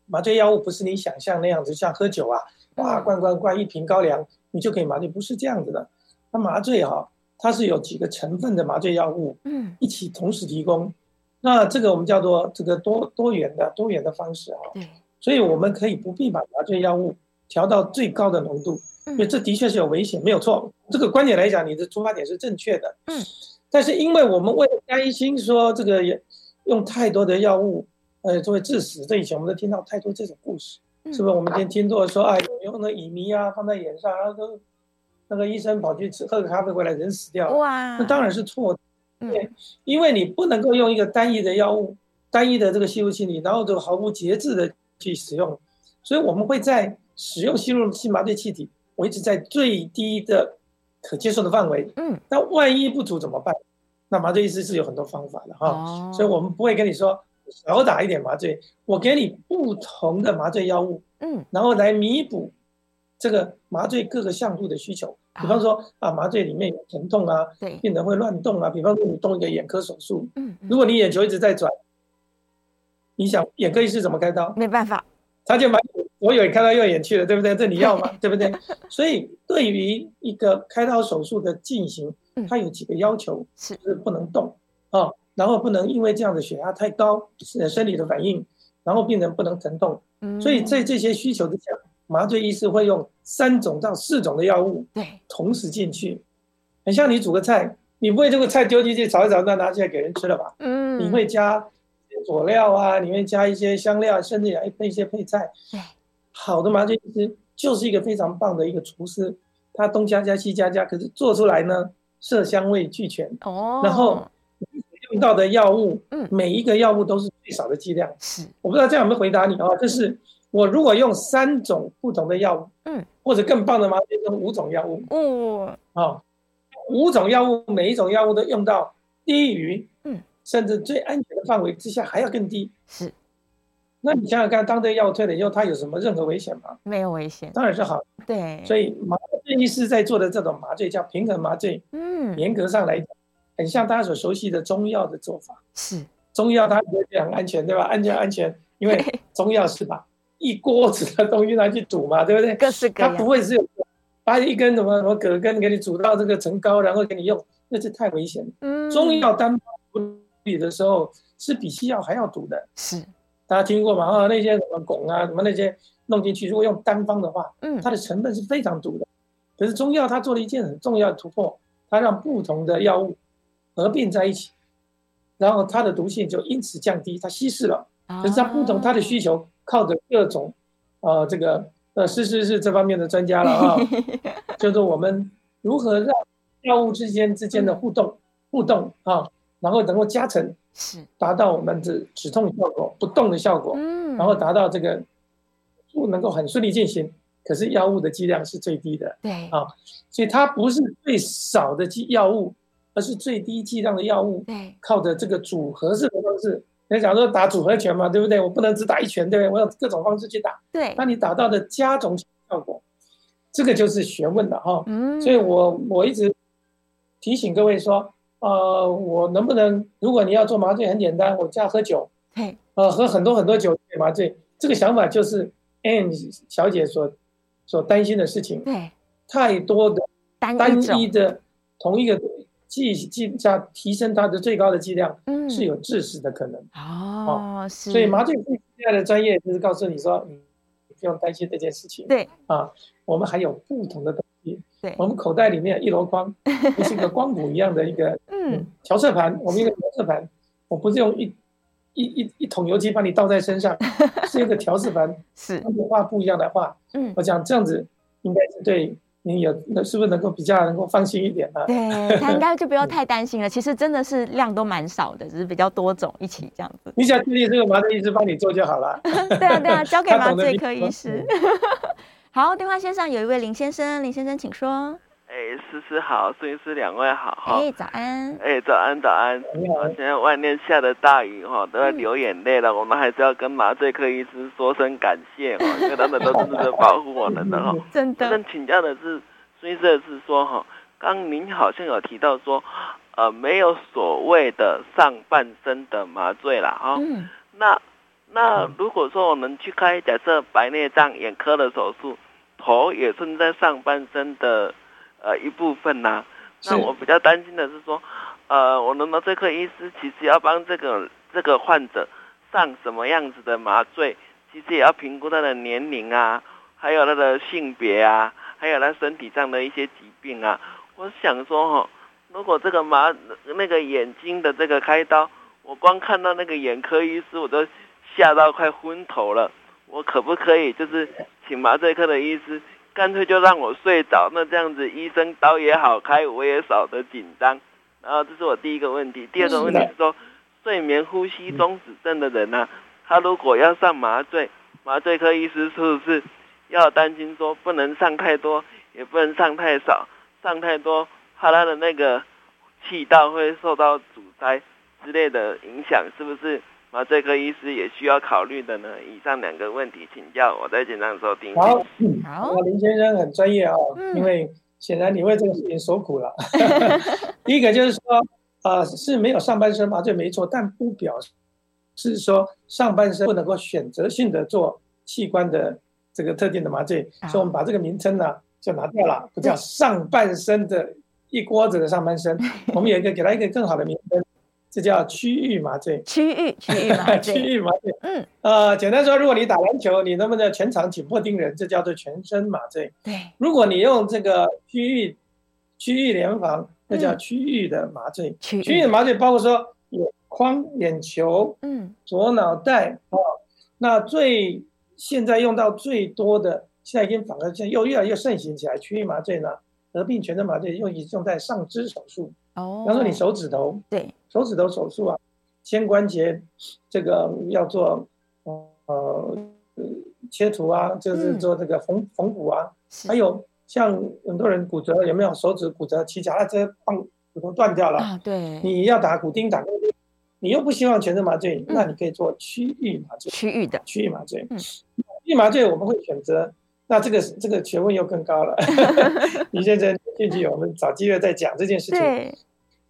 C: 麻醉药物不是你想象那样子，像喝酒啊，哇，
B: 嗯
C: 灌灌灌一瓶高粱你就可以麻醉，不是这样子的。那麻醉哈、它是有几个成分的麻醉药物
B: 嗯，
C: 一
B: 哦
C: 起同时提供，那这个我们叫做这个多多元的多元的方式啊、
B: 对，
C: 所以我们可以不必把麻醉药物调到最高的浓度，因
B: 嗯
C: 为这的确是有危险，没有错。这个观点来讲，你的出发点是正确的。
B: 嗯，
C: 但是因为我们为了担心说这个用太多的药物，呃，就会致死，这以前我们都听到太多这种故事，
B: 嗯
C: 是不是？我们今天听到说，哎，有用那乙醚啊放在眼上，然后都那个医生跑去吃喝个咖啡回来，人死掉了。
B: 哇，
C: 那当然是错的，
B: 嗯
C: 对，因为你不能够用一个单一的药物、单一的这个吸入器你然后就毫无节制的去使用，所以我们会在使用吸入性麻醉气体维持在最低的可接受的范围。
B: 嗯，
C: 那万一不足怎么办？那麻醉医师是有很多方法的哈，
B: 哦
C: 所以我们不会跟你说少打一点麻醉，我给你不同的麻醉药物，
B: 嗯
C: 然后来弥补这个麻醉各个项目的需求。比方说啊，麻醉里面有疼痛啊，
B: 对，
C: 病人会乱动啊。比方说你动一个眼科手术，
B: 嗯，嗯
C: 如果你眼球一直在转，你想眼科医师怎么开刀？
B: 没办法，
C: 他就把左眼开到右眼去了，对不对？这你要吗？ 对不对？所以对于一个开刀手术的进行
B: 嗯，
C: 它有几个要求，
B: 是
C: 就是不能动啊，然后不能因为这样的血压太高，呃，生理的反应，然后病人不能疼痛，
B: 嗯，
C: 所以在这些需求之下，麻醉医师会用三种到四种的药物
B: 对，
C: 同时进去，很像你煮个菜，你不会这个菜丢进去炒一炒，再拿起来给人吃了吧？
B: 嗯，
C: 你会加佐料啊，你会加一些香料，甚至也配一些配菜。
B: 对，
C: 好的麻醉医师就是一个非常棒的一个厨师，他东加加西加加，可是做出来呢，色香味俱全，
B: 哦，
C: 然后用到的药物，
B: 嗯
C: 每一个药物都是最少的剂量。
B: 是
C: 我不知道这样有没有回答你哦，就是我如果用三种不同的药物，
B: 嗯，
C: 或者更棒的麻醉用五种药物，
B: 哦，
C: 哦，五种药物每一种药物都用到低于，
B: 嗯，
C: 甚至最安全的范围之下还要更低。
B: 是
C: 那你想想看，当这个药物退了以后，它有什么任何危险吗？
B: 没有危险，
C: 当然是好。
B: 对，
C: 所
B: 以
C: 以麻醉医师在做的这种麻醉叫平衡麻醉，
B: 嗯
C: 严格上来讲，很像大家所熟悉的中药的做法。
B: 是
C: 中药它觉得很安全，对吧？安全安全，因为中药是把一锅子的东西拿去煮嘛，对不对？
B: 各式各
C: 它
B: 样，
C: 不会是有把一根什么什么葛根给你煮到这个成膏，然后给你用，那是太危险了。
B: 嗯
C: 中药单处理的时候是比西药还要毒的，
B: 是
C: 大家听过吗？啊，那些什么汞啊，什么那些弄进去，如果用单方的话，
B: 嗯
C: 它的成分是非常毒的。可是中药它做了一件很重要的突破，它让不同的药物合并在一起，然后它的毒性就因此降低，它稀释了。可是它不同，它的需求靠着各种，呃，这个呃，是是是这方面的专家了啊，就是我们如何让药物之间之间的互动互动啊，然后能够加成，
B: 是
C: 达到我们的止痛效果、不动的效果。
B: 嗯，
C: 然后达到这个不能够很顺利进行，可是药物的剂量是最低的，
B: 对
C: 啊所以它不是最少的剂药物，而是最低剂量的药物，
B: 对
C: 靠着这个组合式的方式。你假如说打组合拳嘛，对不对？我不能只打一拳，对不对？我有各种方式去打，
B: 对
C: 那，你达到的加总效果，这个就是学问了哈、
B: 嗯，
C: 所以我我一直提醒各位说，呃，我能不能，如果你要做麻醉，很简单，我家喝酒，
B: 对
C: 呃，喝很多很多酒对麻醉，这个想法就是 Anne 小姐所所担心的事情。
B: 对
C: 太多的
B: 单
C: 单
B: 一
C: 一
B: 种
C: 的同一个剂剂下提升它的最高的剂量
B: 嗯
C: 是有致死的可能。
B: 哦是，
C: 所以麻醉师现在的专业就是告诉你说，你不用担心这件事情。
B: 对
C: 啊，我们还有不同的东西。
B: 对
C: 我们口袋里面有一 箩筐，就是一个光谱一样的一个
B: 嗯
C: 调色盘，我们用个调色盘，我不是用一一一一桶油漆把你倒在身 上，是用个调色盘，
B: 是
C: 他们画不一样的画。
B: 嗯
C: 我讲这样子应该是对你有，是不是能够比较能够放心一点呢、啊？
B: 对，他应该就不要太担心了。其实真的是量都蛮少的，只是比较多种一起这样 子。
C: 你想确定这个麻醉医师帮你做就 好了。
B: 对啊，对啊，交给
C: 他
B: 麻
C: 懂得
B: 醉
C: 比
B: 科
C: 你多
B: 医师。 好，电话线上有一位林先生，林先生请说。
E: 哎，思思好，孙医师两位好哈。
B: 哎，早安。
E: 哎，早安早安。
C: 你好
E: 啊，现在外面下的大雨哈，都要
B: 嗯
E: 流眼泪了。我们还是要跟麻醉科医师说声感谢哈，因为他们都哦真的在保护我们的
C: 嗯
E: 哈。
B: 真
E: 我
B: 的
E: 想请教的是，孙医师的是说哈，刚您好像有提到说，呃，没有所谓的上半身的麻醉啦哈。
B: 嗯，
E: 那那如果说我们去开假设白内障眼科的手术，头也算在上半身的呃一部分呐、那
C: 是
E: 我比较担心的是说，呃，我们麻醉科医师其实要帮这个这个患者上什么样子的麻醉，其实也要评估他的年龄啊，还有他的性别啊，还有他身体上的一些疾病啊。我想说哈、如果这个麻那个眼睛的这个开刀，我光看到那个眼科医师我都吓到快昏头了。我可不可以就是请麻醉科的医师，干脆就让我睡着？那这样子医生刀也好开，我也少得紧张。然后这是我第一个问题，第二个问题是说，睡眠呼吸中止症的人呢、啊他如果要上麻醉，麻醉科医师是不是要担心说不能上太多，也不能上太少，上太多怕他的那个气道会受到阻塞之类的影响，是不是麻醉科医师也需要考虑的呢？以上两个问题请教，我在现场收听。
C: 好，嗯
B: 好
C: 那林先生很专业啊、哦，
B: 哦嗯
C: 因为显然你为这个事情所 苦了。第一个就是说，啊、是没有上半身麻醉没错，但不表示是说上半身不能够选择性的做器官的这个特定的麻醉，
B: 啊
C: 所以我们把这个名称呢、就拿掉了，不叫上半身的一锅子的上 半身，我们有一个给它一个更好的名称，这叫区域麻醉。
B: 区域区域 麻
C: 区
B: 醉，
C: 域麻醉，
B: 啊嗯，
C: 呃，简单说，如果你打篮球，你能不能全场紧迫盯人，这叫做全身麻醉；
B: 对，
C: 如果你用这个区域区域联防，那
B: 嗯
C: 叫区域的麻醉。
B: 区
C: 区域
B: 域
C: 的，麻醉包括说眼眶、眼球、
B: 嗯
C: 左脑袋哦，那最现在用到最多的，现在已经反而现在又越来越盛行起来。区域麻醉呢，合并全身麻醉用用在上肢手术，
B: 哦，
C: 比方说你手指头。
B: 对，
C: 手指头手术啊，肩关节这个要做呃呃切除啊，就是
B: 嗯
C: 做这个缝缝补啊，
B: 是
C: 还有像很多人骨折有没有手指骨折、骑脚踏车棒骨头断掉了，
B: 啊，对，
C: 你要打骨钉打钢钉，你又不希望全身麻醉，
B: 嗯
C: 那你可以做区域麻醉。
B: 区域的，
C: 区域麻醉，
B: 嗯
C: 区域麻醉我们会选择，那这个这个学问又更高 了。李先生，进去我们找机会再讲这件事情。
B: 对，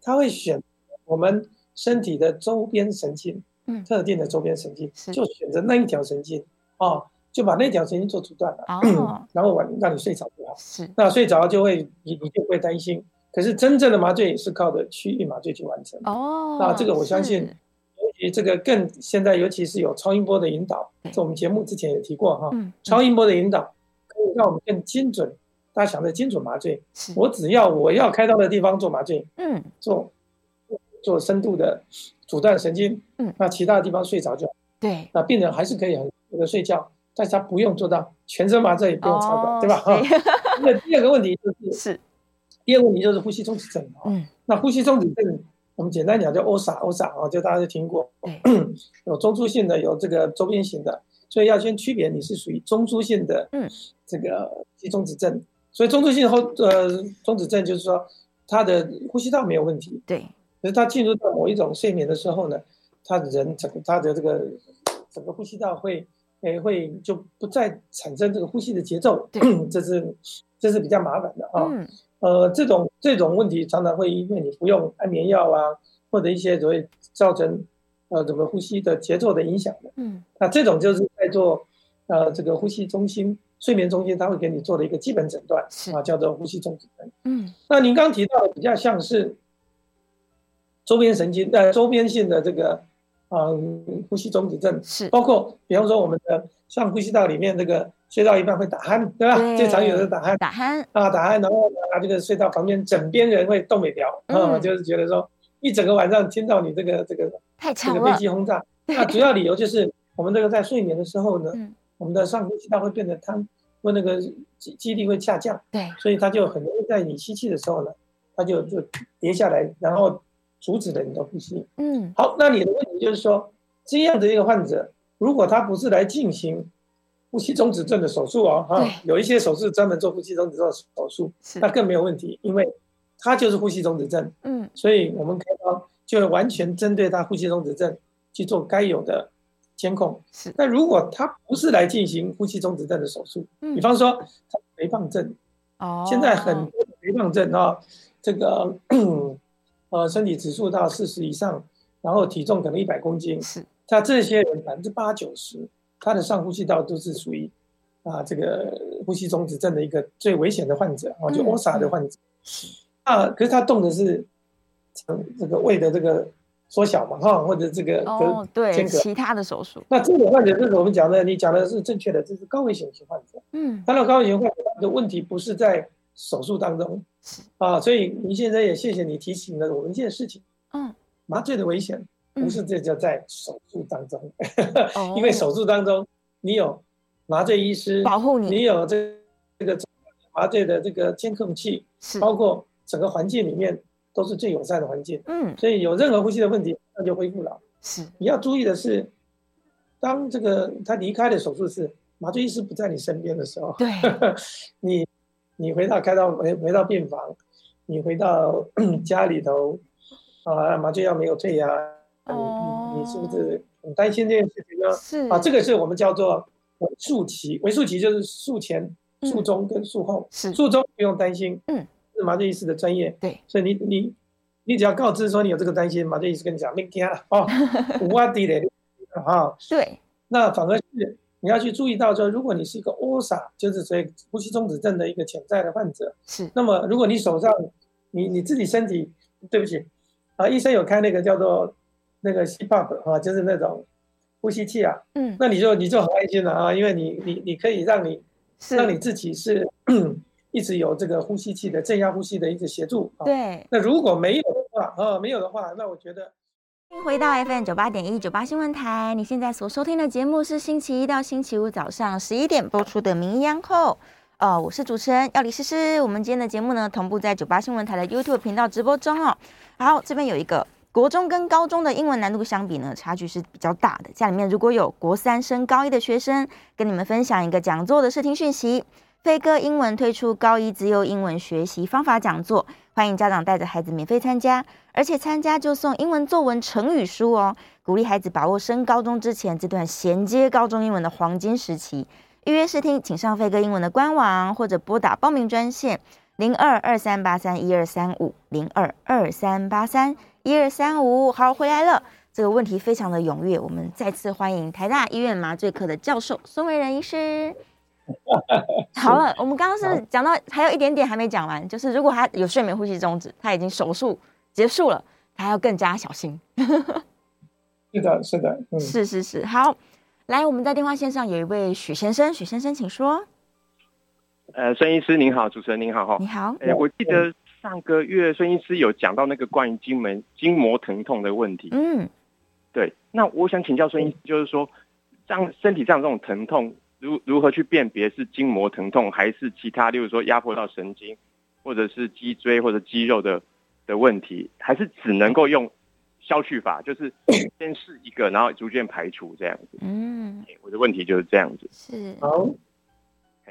C: 它会选我们身体的周边神经，
B: 嗯
C: 特定的周边神经
B: 是，
C: 就选择那一条神经哦，就把那条神经做阻断了，
B: 哦，
C: 然后晚让你睡着就好。
B: 是
C: 那睡着就会你你就不会担心。可是真正的麻醉是靠的区域麻醉去完成，
B: 哦，
C: 那这个我相信
B: 是
C: 尤其这个更现在尤其是有超音波的引导
B: 对，
C: 这我们节目之前也提过哈，
B: 嗯，
C: 哦超
B: 嗯
C: 音波的引导可以让我们更精准。大家想的精准麻醉，
B: 是，
C: 我只要我要开刀的地方做麻醉，
B: 嗯
C: 做做深度的阻断神经，
B: 嗯
C: 那其他地方睡着就好，
B: 对，
C: 那病人还是可以很好的睡觉，但是他不用做到全身麻醉，也不用插管，
B: 哦
C: 对吧？哈，那第二个问题就是，
B: 是，
C: 第二个问题就是呼吸中止症啊、
B: 嗯，
C: 那呼吸中止症，我们简单讲叫 OSA OSA 啊，就大家都听过
B: 对，
C: 有中枢性的，有这个周边型的，所以要先区别你是属于中枢性的，
B: 嗯，
C: 这个呼吸中止症。所以中枢性后呃中止症就是说，他的呼吸道没有问题，
B: 对，
C: 可是他进入到某一种睡眠的时候呢，他人整个他的这个整个呼吸道会，诶、会就不再产生这个呼吸的节奏
B: 对，
C: 这是这是比较麻烦的啊。
B: 嗯
C: 呃，这种这种问题常常会因为你服用安眠药啊，或者一些所谓造成呃整个呼吸的节奏的影响的。
B: 嗯，
C: 那这种就是在做呃这个呼吸中心、睡眠中心，他会给你做的一个基本诊断
B: 是
C: 啊，叫做呼吸中止症。
B: 嗯
C: 那您刚提到的比较像是周边神经呃周边性的这个啊、嗯呼吸中止症，
B: 是，
C: 包括比方说我们的上呼吸道里面这个睡到一半会打鼾，对吧？
B: 对
C: 最常有的打鼾
B: 打鼾，
C: 啊，打鼾，然后啊这个睡到旁边枕边人会动不了啊，
B: 嗯
C: 就是觉得说一整个晚上听到你这个这个
B: 太
C: 这
B: 长
C: 个飞
B: 了，
C: 机 轰炸，那主要理由就是我们这个在睡眠的时候呢，
B: 嗯
C: 我们的上呼吸道会变得瘫，或那个肌肌力会下降。
B: 对，
C: 所以它就很容易在你吸气的时候呢，它就就跌下来，然后阻止了你的呼吸。
B: 嗯
C: 好，那你的问题就是说，这样的一个患者，如果他不是来进行呼吸中止症的手术哦，哈、
B: 对
C: 有一些手术专门做呼吸中止症的手术，
B: 是
C: 那，更没有问题，因为他就是呼吸中止症，
B: 嗯
C: 所以我们开刀就完全针对他呼吸中止症去做该有的监控。
B: 是，
C: 那如果他不是来进行呼吸中止症的手术，
B: 嗯
C: 比方说他肥胖症，
B: 哦，
C: 现在很多的肥胖症啊，这个 呃身体指数到四十以上，然后体重可能一百公斤，
B: 是
C: 那这些人百分之八九十，他的上呼吸道都是属于啊这个呼吸中止症的一个最危险的患者啊，就
B: 嗯
C: OSA 的患者。啊，可是他动的是肠这个胃的这个缩小嘛哈，或者这个
B: 哦，
C: 隔
B: 对，
C: 间隔。
B: 其他的手术，
C: 那这种患者就是我们讲的，你讲的是正确的，这是高危险型患者。
B: 嗯，
C: 当然，高危险患者的问题不是在手术当中啊，所以您现在也谢谢你提醒了我们一件事情，
B: 嗯，
C: 麻醉的危险不是这叫在手术当中，
B: 哦
C: 因为手术当中你有麻醉医师
B: 保护你
C: 你有这这个麻醉的这个监控器，
B: 是，
C: 包括整个环境里面都是最友善的环境，
B: 嗯，
C: 所以有任何呼吸的问题，那就恢复了。
B: 是，
C: 你要注意的是，当这个他离开了手术室，麻醉医师不在你身边的时候，
B: 对，
C: 你你回到开到回回到病房，你回到 家里头，啊，麻醉药没有退呀、
B: 哦
C: 你你是不是很担心这件事情呢？
B: 是
C: 啊，这个是我们叫做为术期，为术期就是术前、
B: 嗯
C: 术中跟术后。
B: 是
C: 术中不用担心，
B: 嗯，
C: 是麻醉医师的专业，
B: 对，
C: 所以你你你只要告知说你有这个担心，麻醉医师跟你讲，你听了 哦，无啊地嘞，啊，
B: 对，
C: 那反而是你要去注意到说，如果你是一个 OSA，就是所谓呼吸中止症的一个潜在的患者，
B: 是，
C: 那么如果你手上你你自己身体，对不起，啊，医生有开那个叫做那个 CPAP 啊，就是那种呼吸器啊，
B: 嗯，
C: 那你就你就很安心了啊，因为你你你可以让你
B: 是，
C: 让你自己是 一直有这个呼吸器的正压呼吸的一个协助啊。
B: 对，
C: 那如果没有的话啊，没有的话，那我觉得
B: 欢迎回到 FM 九八点一九八新闻台，你现在所收听的节目是星期一到星期五早上十一点播出的《名医央叩》。呃，我是主持人要李诗诗。我们今天的节目呢，同步在九八新闻台的 YouTube 频道直播中哦。然后这边有一个国中跟高中的英文难度相比呢，差距是比较大的。家里面如果有国三升高一的学生，跟你们分享一个讲座的视听讯息。飞哥英文推出高一自由英文学习方法讲座，欢迎家长带着孩子免费参加。而且参加就送英文作文、成语书哦，鼓励孩子把握升高中之前这段衔接高中英文的黄金时期。预约试听，请上飞哥英文的官网或者拨打报名专线零二二三八三一二三五零二二三八三一二三五。好，回来了，这个问题非常的踊跃，我们再次欢迎台大医院麻醉科的教授孙维仁医师。好了，我们刚刚是不是讲到还有一点点还没讲完，就是如果他有睡眠呼吸中止，他已经手术结束了，他要更加小心。
C: 是的，是的，嗯，
B: 是是是，好，来，我们在电话线上有一位许先生，许先生，请说。
F: 呃，孙医师您好，主持人您好哈
B: 你。好，
F: 哎、我记得上个月孙医师有讲到那个关于筋膜筋膜疼痛的问题。
B: 嗯，
F: 对，那我想请教孙医师，就是说，像身体上这种疼痛，如如何去辨别是筋膜疼痛还是其他，例如说压迫到神经，或者是脊椎或者肌肉的的问题，还是只能够用消去法，就是先试一个，然后逐渐排除这样子。
B: 嗯，
F: 哎我的问题就是这样子。
B: 是，
C: 好。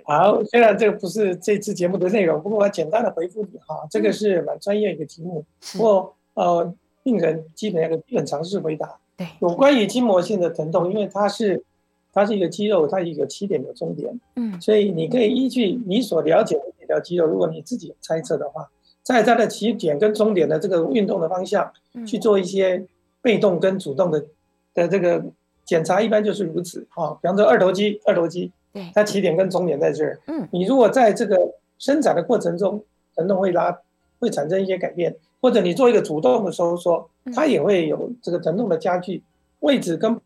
C: 好，虽然这个不是这次节目的内容，不过我简单的回复你哈，这个是蛮专业一个题目，
B: 是
C: 不，过呃，病人基本上基本常识回答。
B: 对，
C: 有关于筋膜性的疼痛，因为它是它是一个肌肉，它有起点有终点，
B: 嗯，
C: 所以你可以依据你所了解的哪条肌肉，如果你自己有猜测的话，在它的起点跟终点的这个运动的方向
B: 嗯
C: 去做一些被动跟主动的的这个检查，一般就是如此啊、比方说二头肌，二头肌
B: 对，
C: 它起点跟终点在这儿，
B: 嗯，
C: 你如果在这个伸展的过程中，疼痛会拉会产生一些改变，或者你做一个主动的收缩
B: 嗯，
C: 它也会有这个疼痛的加剧，位置跟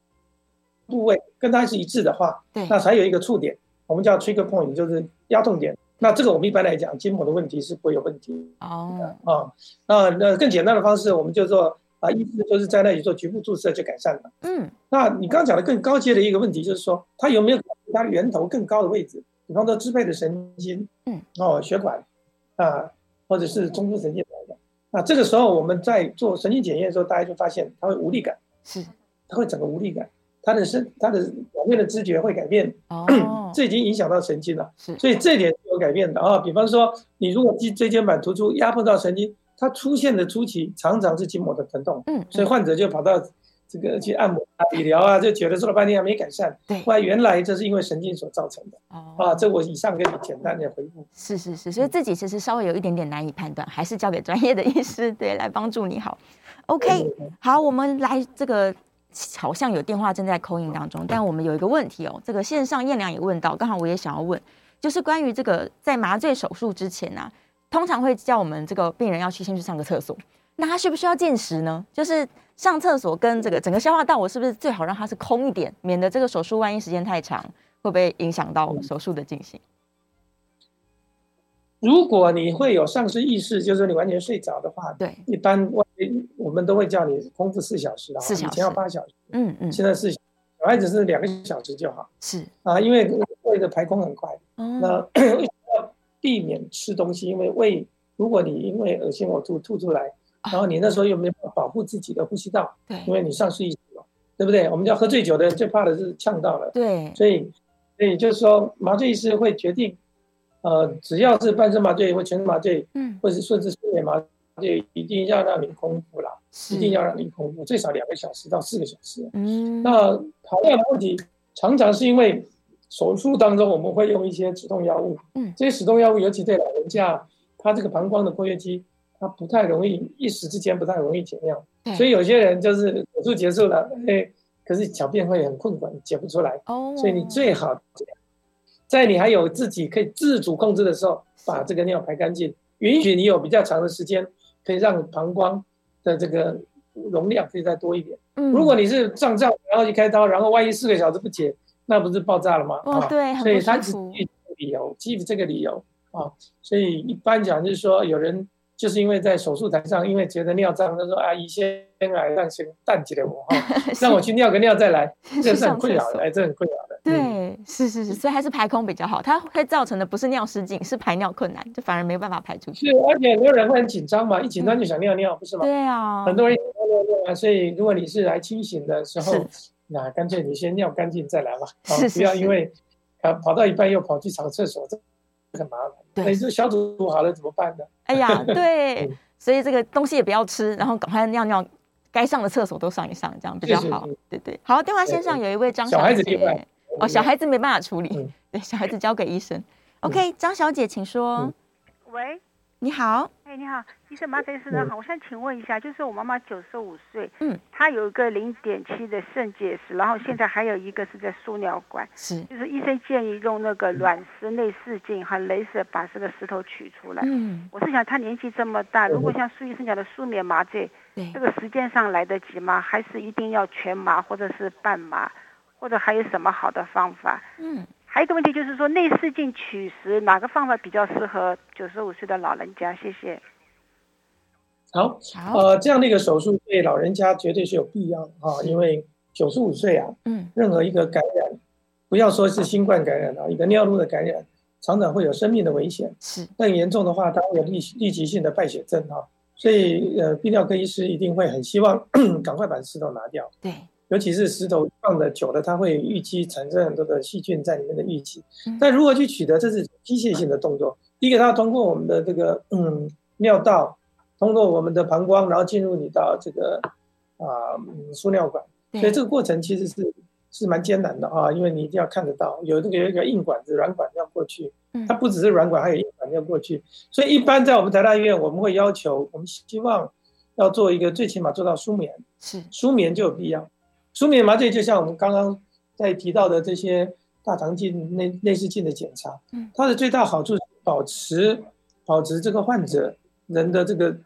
C: 部位跟它是一致的话，
B: 对，
C: 那才有一个触点，我们叫 trigger point，就是压痛点。那这个我们一般来讲，筋膜的问题是不会有问题
B: 哦，
C: 啊。那那更简单的方式，我们就做啊，医师就是在那里做局部注射就改善了。
B: 嗯，
C: 那你刚讲的更高阶的一个问题，就是说它有没有可能它源头更高的位置，比方说支配的神经，
B: 嗯，
C: 哦，血管啊，或者是中枢神经来的。那这个时候我们在做神经检验的时候，大家就发现它会无力感，
B: 是，
C: 它会整个无力感，它的身它的表面的知觉会改变，
B: 哦，
C: 这已经影响到神经了。
B: 是，嗯
C: 所以这点是有改变的啊。比方说，你如果脊椎间盘突出压迫到神经，它出现的初期常常是筋膜的疼痛，
B: 嗯，
C: 所以患者就跑到这个去按摩啊、理疗啊，就觉得做了半天还没改善。
B: 对
C: 后来原来这是因为神经所造成的啊。
B: 哦，
C: 这我以上给你简单的回复。
B: 是是是，所以自己其实稍微有一点点难以判断，还是交给专业的医师对来帮助你好。OK，好，我们来这个好像有电话正在扣印当中，但我们有一个问题哦，这个线上燕良也问到，刚好我也想要问，就是关于这个在麻醉手术之前啊，通常会叫我们这个病人要去先去上个厕所，那他需不需要进食呢？就是上厕所跟这个整个消化道，我是不是最好让它是空一点，免得这个手术万一时间太长，会不会影响到手术的进行？
C: 如果你会有丧失意识，就是你完全睡着的话，
B: 对，
C: 一般外我们都会叫你空腹四小时啦，
B: 四小时
C: 以前要八小时，
B: 嗯嗯，
C: 现在是小孩子是两个小时就好
B: 是，
C: 啊，因为胃的排空很快。
B: 嗯
C: 那 为什么要避免吃东西？因为胃，如果你因为恶心呕吐吐出
B: 哦
C: 来，然后你那时候又没有办法保护自己的呼吸道，
B: 对
C: 因为你丧失意识了，对不对？我们叫喝醉酒的人最怕的是呛到了，
B: 对，
C: 所以，所以就是说麻醉医师会决定，呃，只要是半身麻醉或全身麻醉，
B: 嗯，
C: 或是甚至睡眠麻醉，一定要让你空腹啦，
B: 是
C: 一定要让你空腹，最少两个小时到四个小时。
B: 嗯，
C: 那排尿的问题，常常是因为手术当中我们会用一些止痛药物，
B: 嗯
C: 这些止痛药物尤其对老人家，他这个膀胱的括约肌，他不太容易一时之间不太容易解尿，
B: 对
C: 所以有些人就是手术结束了，哎，可是小便会很困难，解不出来，
B: 哦，
C: 所以你最好在你还有自己可以自主控制的时候，把这个尿排干净，允许你有比较长的时间可以让膀胱的这个容量可以再多一点。
B: 嗯
C: 如果你是胀胀，然后一开刀，然后万一四个小时不解，那不是爆炸了吗？
B: 哦
C: 啊，
B: 对，很
C: 所以
B: 不
C: 他
B: 舒
C: 只
B: 服，
C: 基于这个理由，基于这个理由啊，所以一般讲就是说，有人就是因为在手术台上，因为觉得尿胀，他说啊，医先来让先淡起来我哈， 让我去尿个尿再来，这是很困扰的，哎，这很困扰的。嗯，
B: 对，是是是，所以还是排空比较好，它会造成的不是尿失禁，是排尿困难，就反而没办法排出去。
C: 是，而且很多人会很紧张嘛，一紧张就想尿尿，不是吗？
B: 对啊，
C: 很多人尿尿尿啊，所以如果你是来清醒的时候
B: 是，
C: 那干脆你先尿干净再来嘛，啊
B: 是，是
C: 不要
B: 是
C: 因为啊跑到一半又跑去上厕所，这很麻烦。
B: 对
C: 那你说小组好了怎么办呢？
B: 哎呀，对
C: 嗯，
B: 所以这个东西也不要吃，然后赶快尿尿，该上的厕所都上一上，这样比较
C: 是是
B: 好
C: 是。
B: 对对，好，电话线上有一位张
C: 小孩子例
B: 姐
C: 外，
B: 哦，小孩子没办法处理
C: 嗯，
B: 对，小孩子交给医生。OK，张小姐，请说
C: 嗯。
G: 喂，
B: 你好，
G: 哎，你好，医生麻烦医生
C: 嗯
G: 好，我想请问一下，就是我妈妈九十五岁，
B: 嗯，
G: 她有一个零点七的肾结石，然后现在还有一个是在输尿管，
B: 是，
G: 就是医生建议用那个卵丝内视镜和镭射把这个石头取出来。
B: 嗯，
G: 我是想，她年纪这么大，
C: 嗯
G: 如果像苏医生讲的舒眠麻醉，
B: 对
G: 这，个时间上来得及吗？还是一定要全麻或者是半麻，或者还有什么好的方法？
B: 嗯，
G: 还有一个问题就是说，内视镜取石哪个方法比较适合九十五岁的老人家？谢谢。
C: 好，
B: 好，
C: 呃，这样的一个手术对老人家绝对是有必要啊，因为九十五岁啊，
B: 嗯，
C: 任何一个感染，不要说是新冠感染啊，一个尿路的感染，常常会有生命的危险。
B: 是，
C: 更严重的话，它会有立立即性的败血症啊，所以呃，泌尿科医师一定会很希望 赶快把石头拿掉。
B: 对，
C: 尤其是石头放的久了，它会淤积，产生很多的细菌在里面的淤积
B: 嗯。
C: 但如何去取得，这是机械性的动作。第一个，它要通过我们的这个嗯尿道，通过我们的膀胱，然后进入你的这个啊、嗯输尿管。
B: 对
C: 所以这个过程其实是是蛮艰难的啊，因为你一定要看得到，有这个有一个硬管子、软管要过去
B: 嗯，
C: 它不只是软管，还有硬管要过去。所以一般在我们台大医院，我们会要求，我们希望要做一个最起码做到舒眠。
B: 是，
C: 舒眠就有必要。舒眠麻醉就像我们刚刚在提到的这些大肠镜、内内视镜的检查
B: 嗯，
C: 它的最大好处是保持保持这个患者人的这个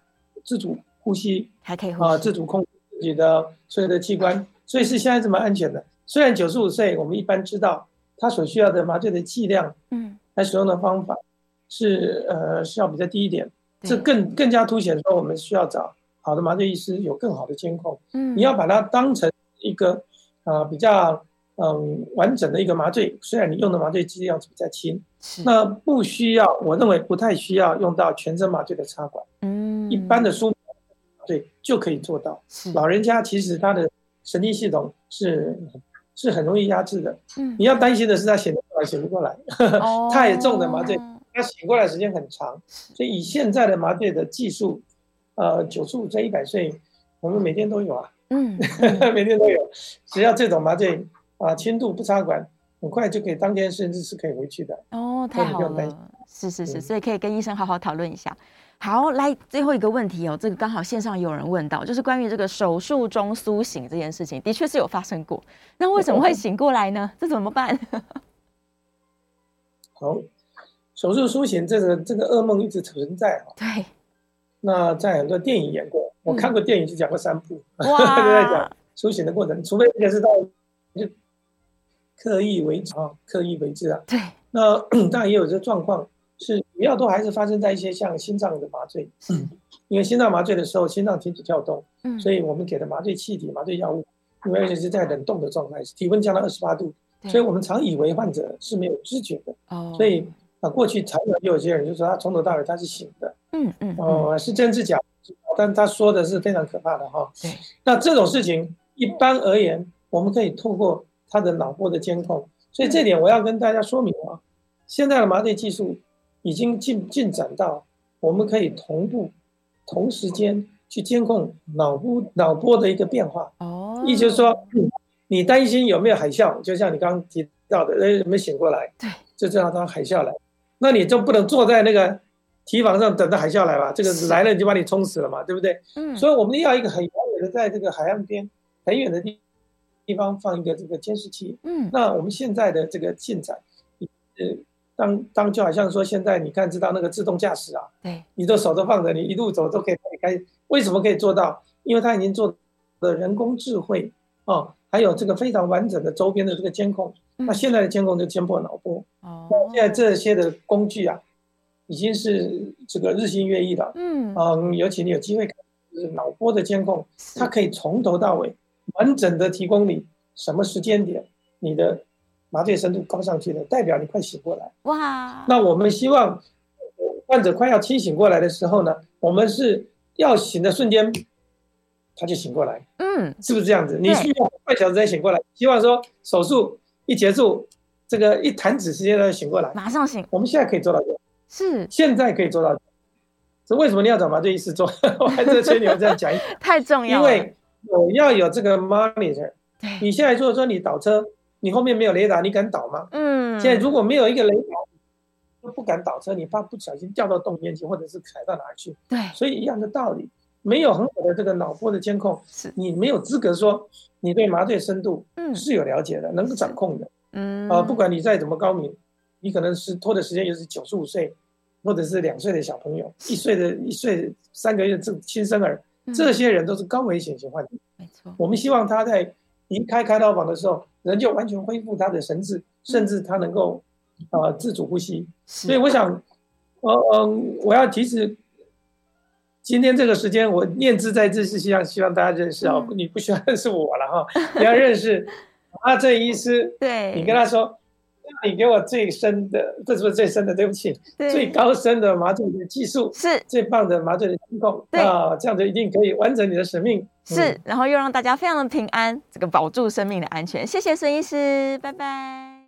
C: 自主呼吸
B: 还可以呼
C: 啊，
B: 吸
C: 自主控制自己的所有的器官，所以是现在这么安全的。虽然九十五岁，我们一般知道他所需要的麻醉的剂量
B: 嗯，
C: 来使用的方法是呃是要比较低一点，
B: 对
C: 这更更加凸显说我们需要找好的麻醉医师，有更好的监控。
B: 嗯，
C: 你要把它当成一个呃比较嗯完整的一个麻醉，虽然你用的麻醉剂量是比较轻，
B: 是，
C: 那不需要，我认为不太需要用到全身麻醉的插管，
B: 嗯，
C: 一般的舒眠麻醉就可以做到。
B: 是，
C: 老人家其实他的神经系统是是很容易压制的，
B: 嗯
C: 你要担心的是他醒不过来，醒不过来，
B: 哦
C: 太重的麻醉他醒过来时间很长，所以以现在的麻醉的技术，呃，九十五岁、一百岁，我们每天都有啊。
B: 嗯，嗯
C: 每天都有。只要这种麻醉啊，轻度不插管，很快就可以，当天甚至是可以回去的。
B: 哦，太
C: 所以你
B: 好
C: 不用担心
B: 了，是是是，
C: 嗯
B: 所以可以跟医生好好讨论一下。好，来最后一个问题哦，这个刚好线上有人问到，就是关于这个手术中苏醒这件事情，的确是有发生过。那为什么会醒过来呢？这怎么 办？
C: 好，手术苏醒这个这个噩梦一直存在啊。
B: 对，
C: 那在很多电影演过，我看过电影就讲过三步， 都在
B: 哇
C: 讲，苏醒的过程，除非一个是到就刻意为之啊，刻意为之啊。
B: 对，
C: 那 当然也有这状况，是主要都还是发生在一些像心脏的麻醉， 因为心脏麻醉的时候，心脏停止跳动，
B: 嗯，啊
C: 所以我们给的麻醉气体、麻醉药物，因为而且是在冷冻的状态，体温降到二十八度，
B: 对
C: 所以我们常以为患者是没有知觉的。
B: 哦，
C: 所以啊，过去常有也有些人就说他从头到尾他是醒的，
B: 嗯嗯，嗯
C: 哦、是真是假不知道，但他说的是非常可怕的哈。
B: 对，
C: 那这种事情一般而言，我们可以透过他的脑波的监控，所以这点我要跟大家说明啊，现在的麻醉技术已经进进展到我们可以同步、同时间去监控脑部脑波的一个变化。
B: 哦，
C: 意思就是说，嗯你担心有没有海啸，就像你刚刚提到的，哎，有没有醒过来？
B: 对，
C: 就知道它海啸来，那你就不能坐在那个堤防上等着海啸来吧？这个来了你就把你冲死了嘛，对不对？
B: 嗯，
C: 所以我们要一个很遥远的，在这个海岸边很远的地地方放一个这个监视器。
B: 嗯，
C: 那我们现在的这个进展，呃，当当就好像说现在你看知道那个自动驾驶啊，
B: 对，
C: 你的手都放着，你一路走都可以开。为什么可以做到？因为它已经做的人工智慧啊、哦，还有这个非常完整的周边的这个监控。
B: 嗯
C: 那现在的监控就监破脑波，
B: 哦，
C: 那现在这些的工具啊，已经是这个日新月异了。
B: 嗯，
C: 嗯，尤其你有机会看就是脑波的监控，
B: 是
C: 它可以从头到尾完整的提供你什么时间点你的麻醉深度高上去了，代表你快醒过来。
B: 哇，
C: 那我们希望呃患者快要清醒过来的时候呢，我们是要醒的瞬间，他就醒过来，
B: 嗯，
C: 是不是这样子？你
B: 对
C: 需要半小时才醒过来，希望说手术一结束，这个一弹指时间他就醒过来。
B: 马上醒，
C: 我们现在可以做到这个，
B: 是
C: 现在可以做到这个。这为什么你要找麻醉医师做？ 我还在吹牛这样讲一讲，
B: 太 重
C: 因
B: 要了，啊
C: 为我要有这个 monitor。
B: 对，
C: 你现在如果说你倒车，你后面没有雷达，你敢倒吗？
B: 嗯，
C: 现在如果没有一个雷达，都不敢倒车，你怕不小心掉到洞里面去，或者是踩到哪儿去。
B: 对
C: 所以一样的道理，没有很好的这个脑波的监控，
B: 是，
C: 你没有资格说你对麻醉深度
B: 嗯
C: 是有了解的，能够掌控的。
B: 嗯，
C: 啊、不管你再怎么高明，你可能是拖的时间也是九十五岁，或者是两岁的小朋友，一岁的一岁三个月这新生儿，
B: 嗯
C: 这些人都是高危险型患者。
B: 没错，
C: 我们希望他在离开开刀房的时候，人就完全恢复他的神智，甚至他能够啊、呃自主呼吸。所以
B: 是，
C: 我想，呃嗯，我要提示，今天这个时间我念兹在兹是希望希望大家认识啊、
B: 嗯
C: 你不需要认识我了哈，你要 认识阿正医师，
B: 对，
C: 你跟他说。你给我最深的，这是不是最深的？对不起，
B: 对
C: 最高深的麻醉的技术，
B: 是
C: 最棒的麻醉的监控
B: 对
C: 啊，这样就一定可以完成你的使命。嗯
B: 是，然后又让大家非常的平安，这个保住生命的安全。谢谢孙医师，拜拜。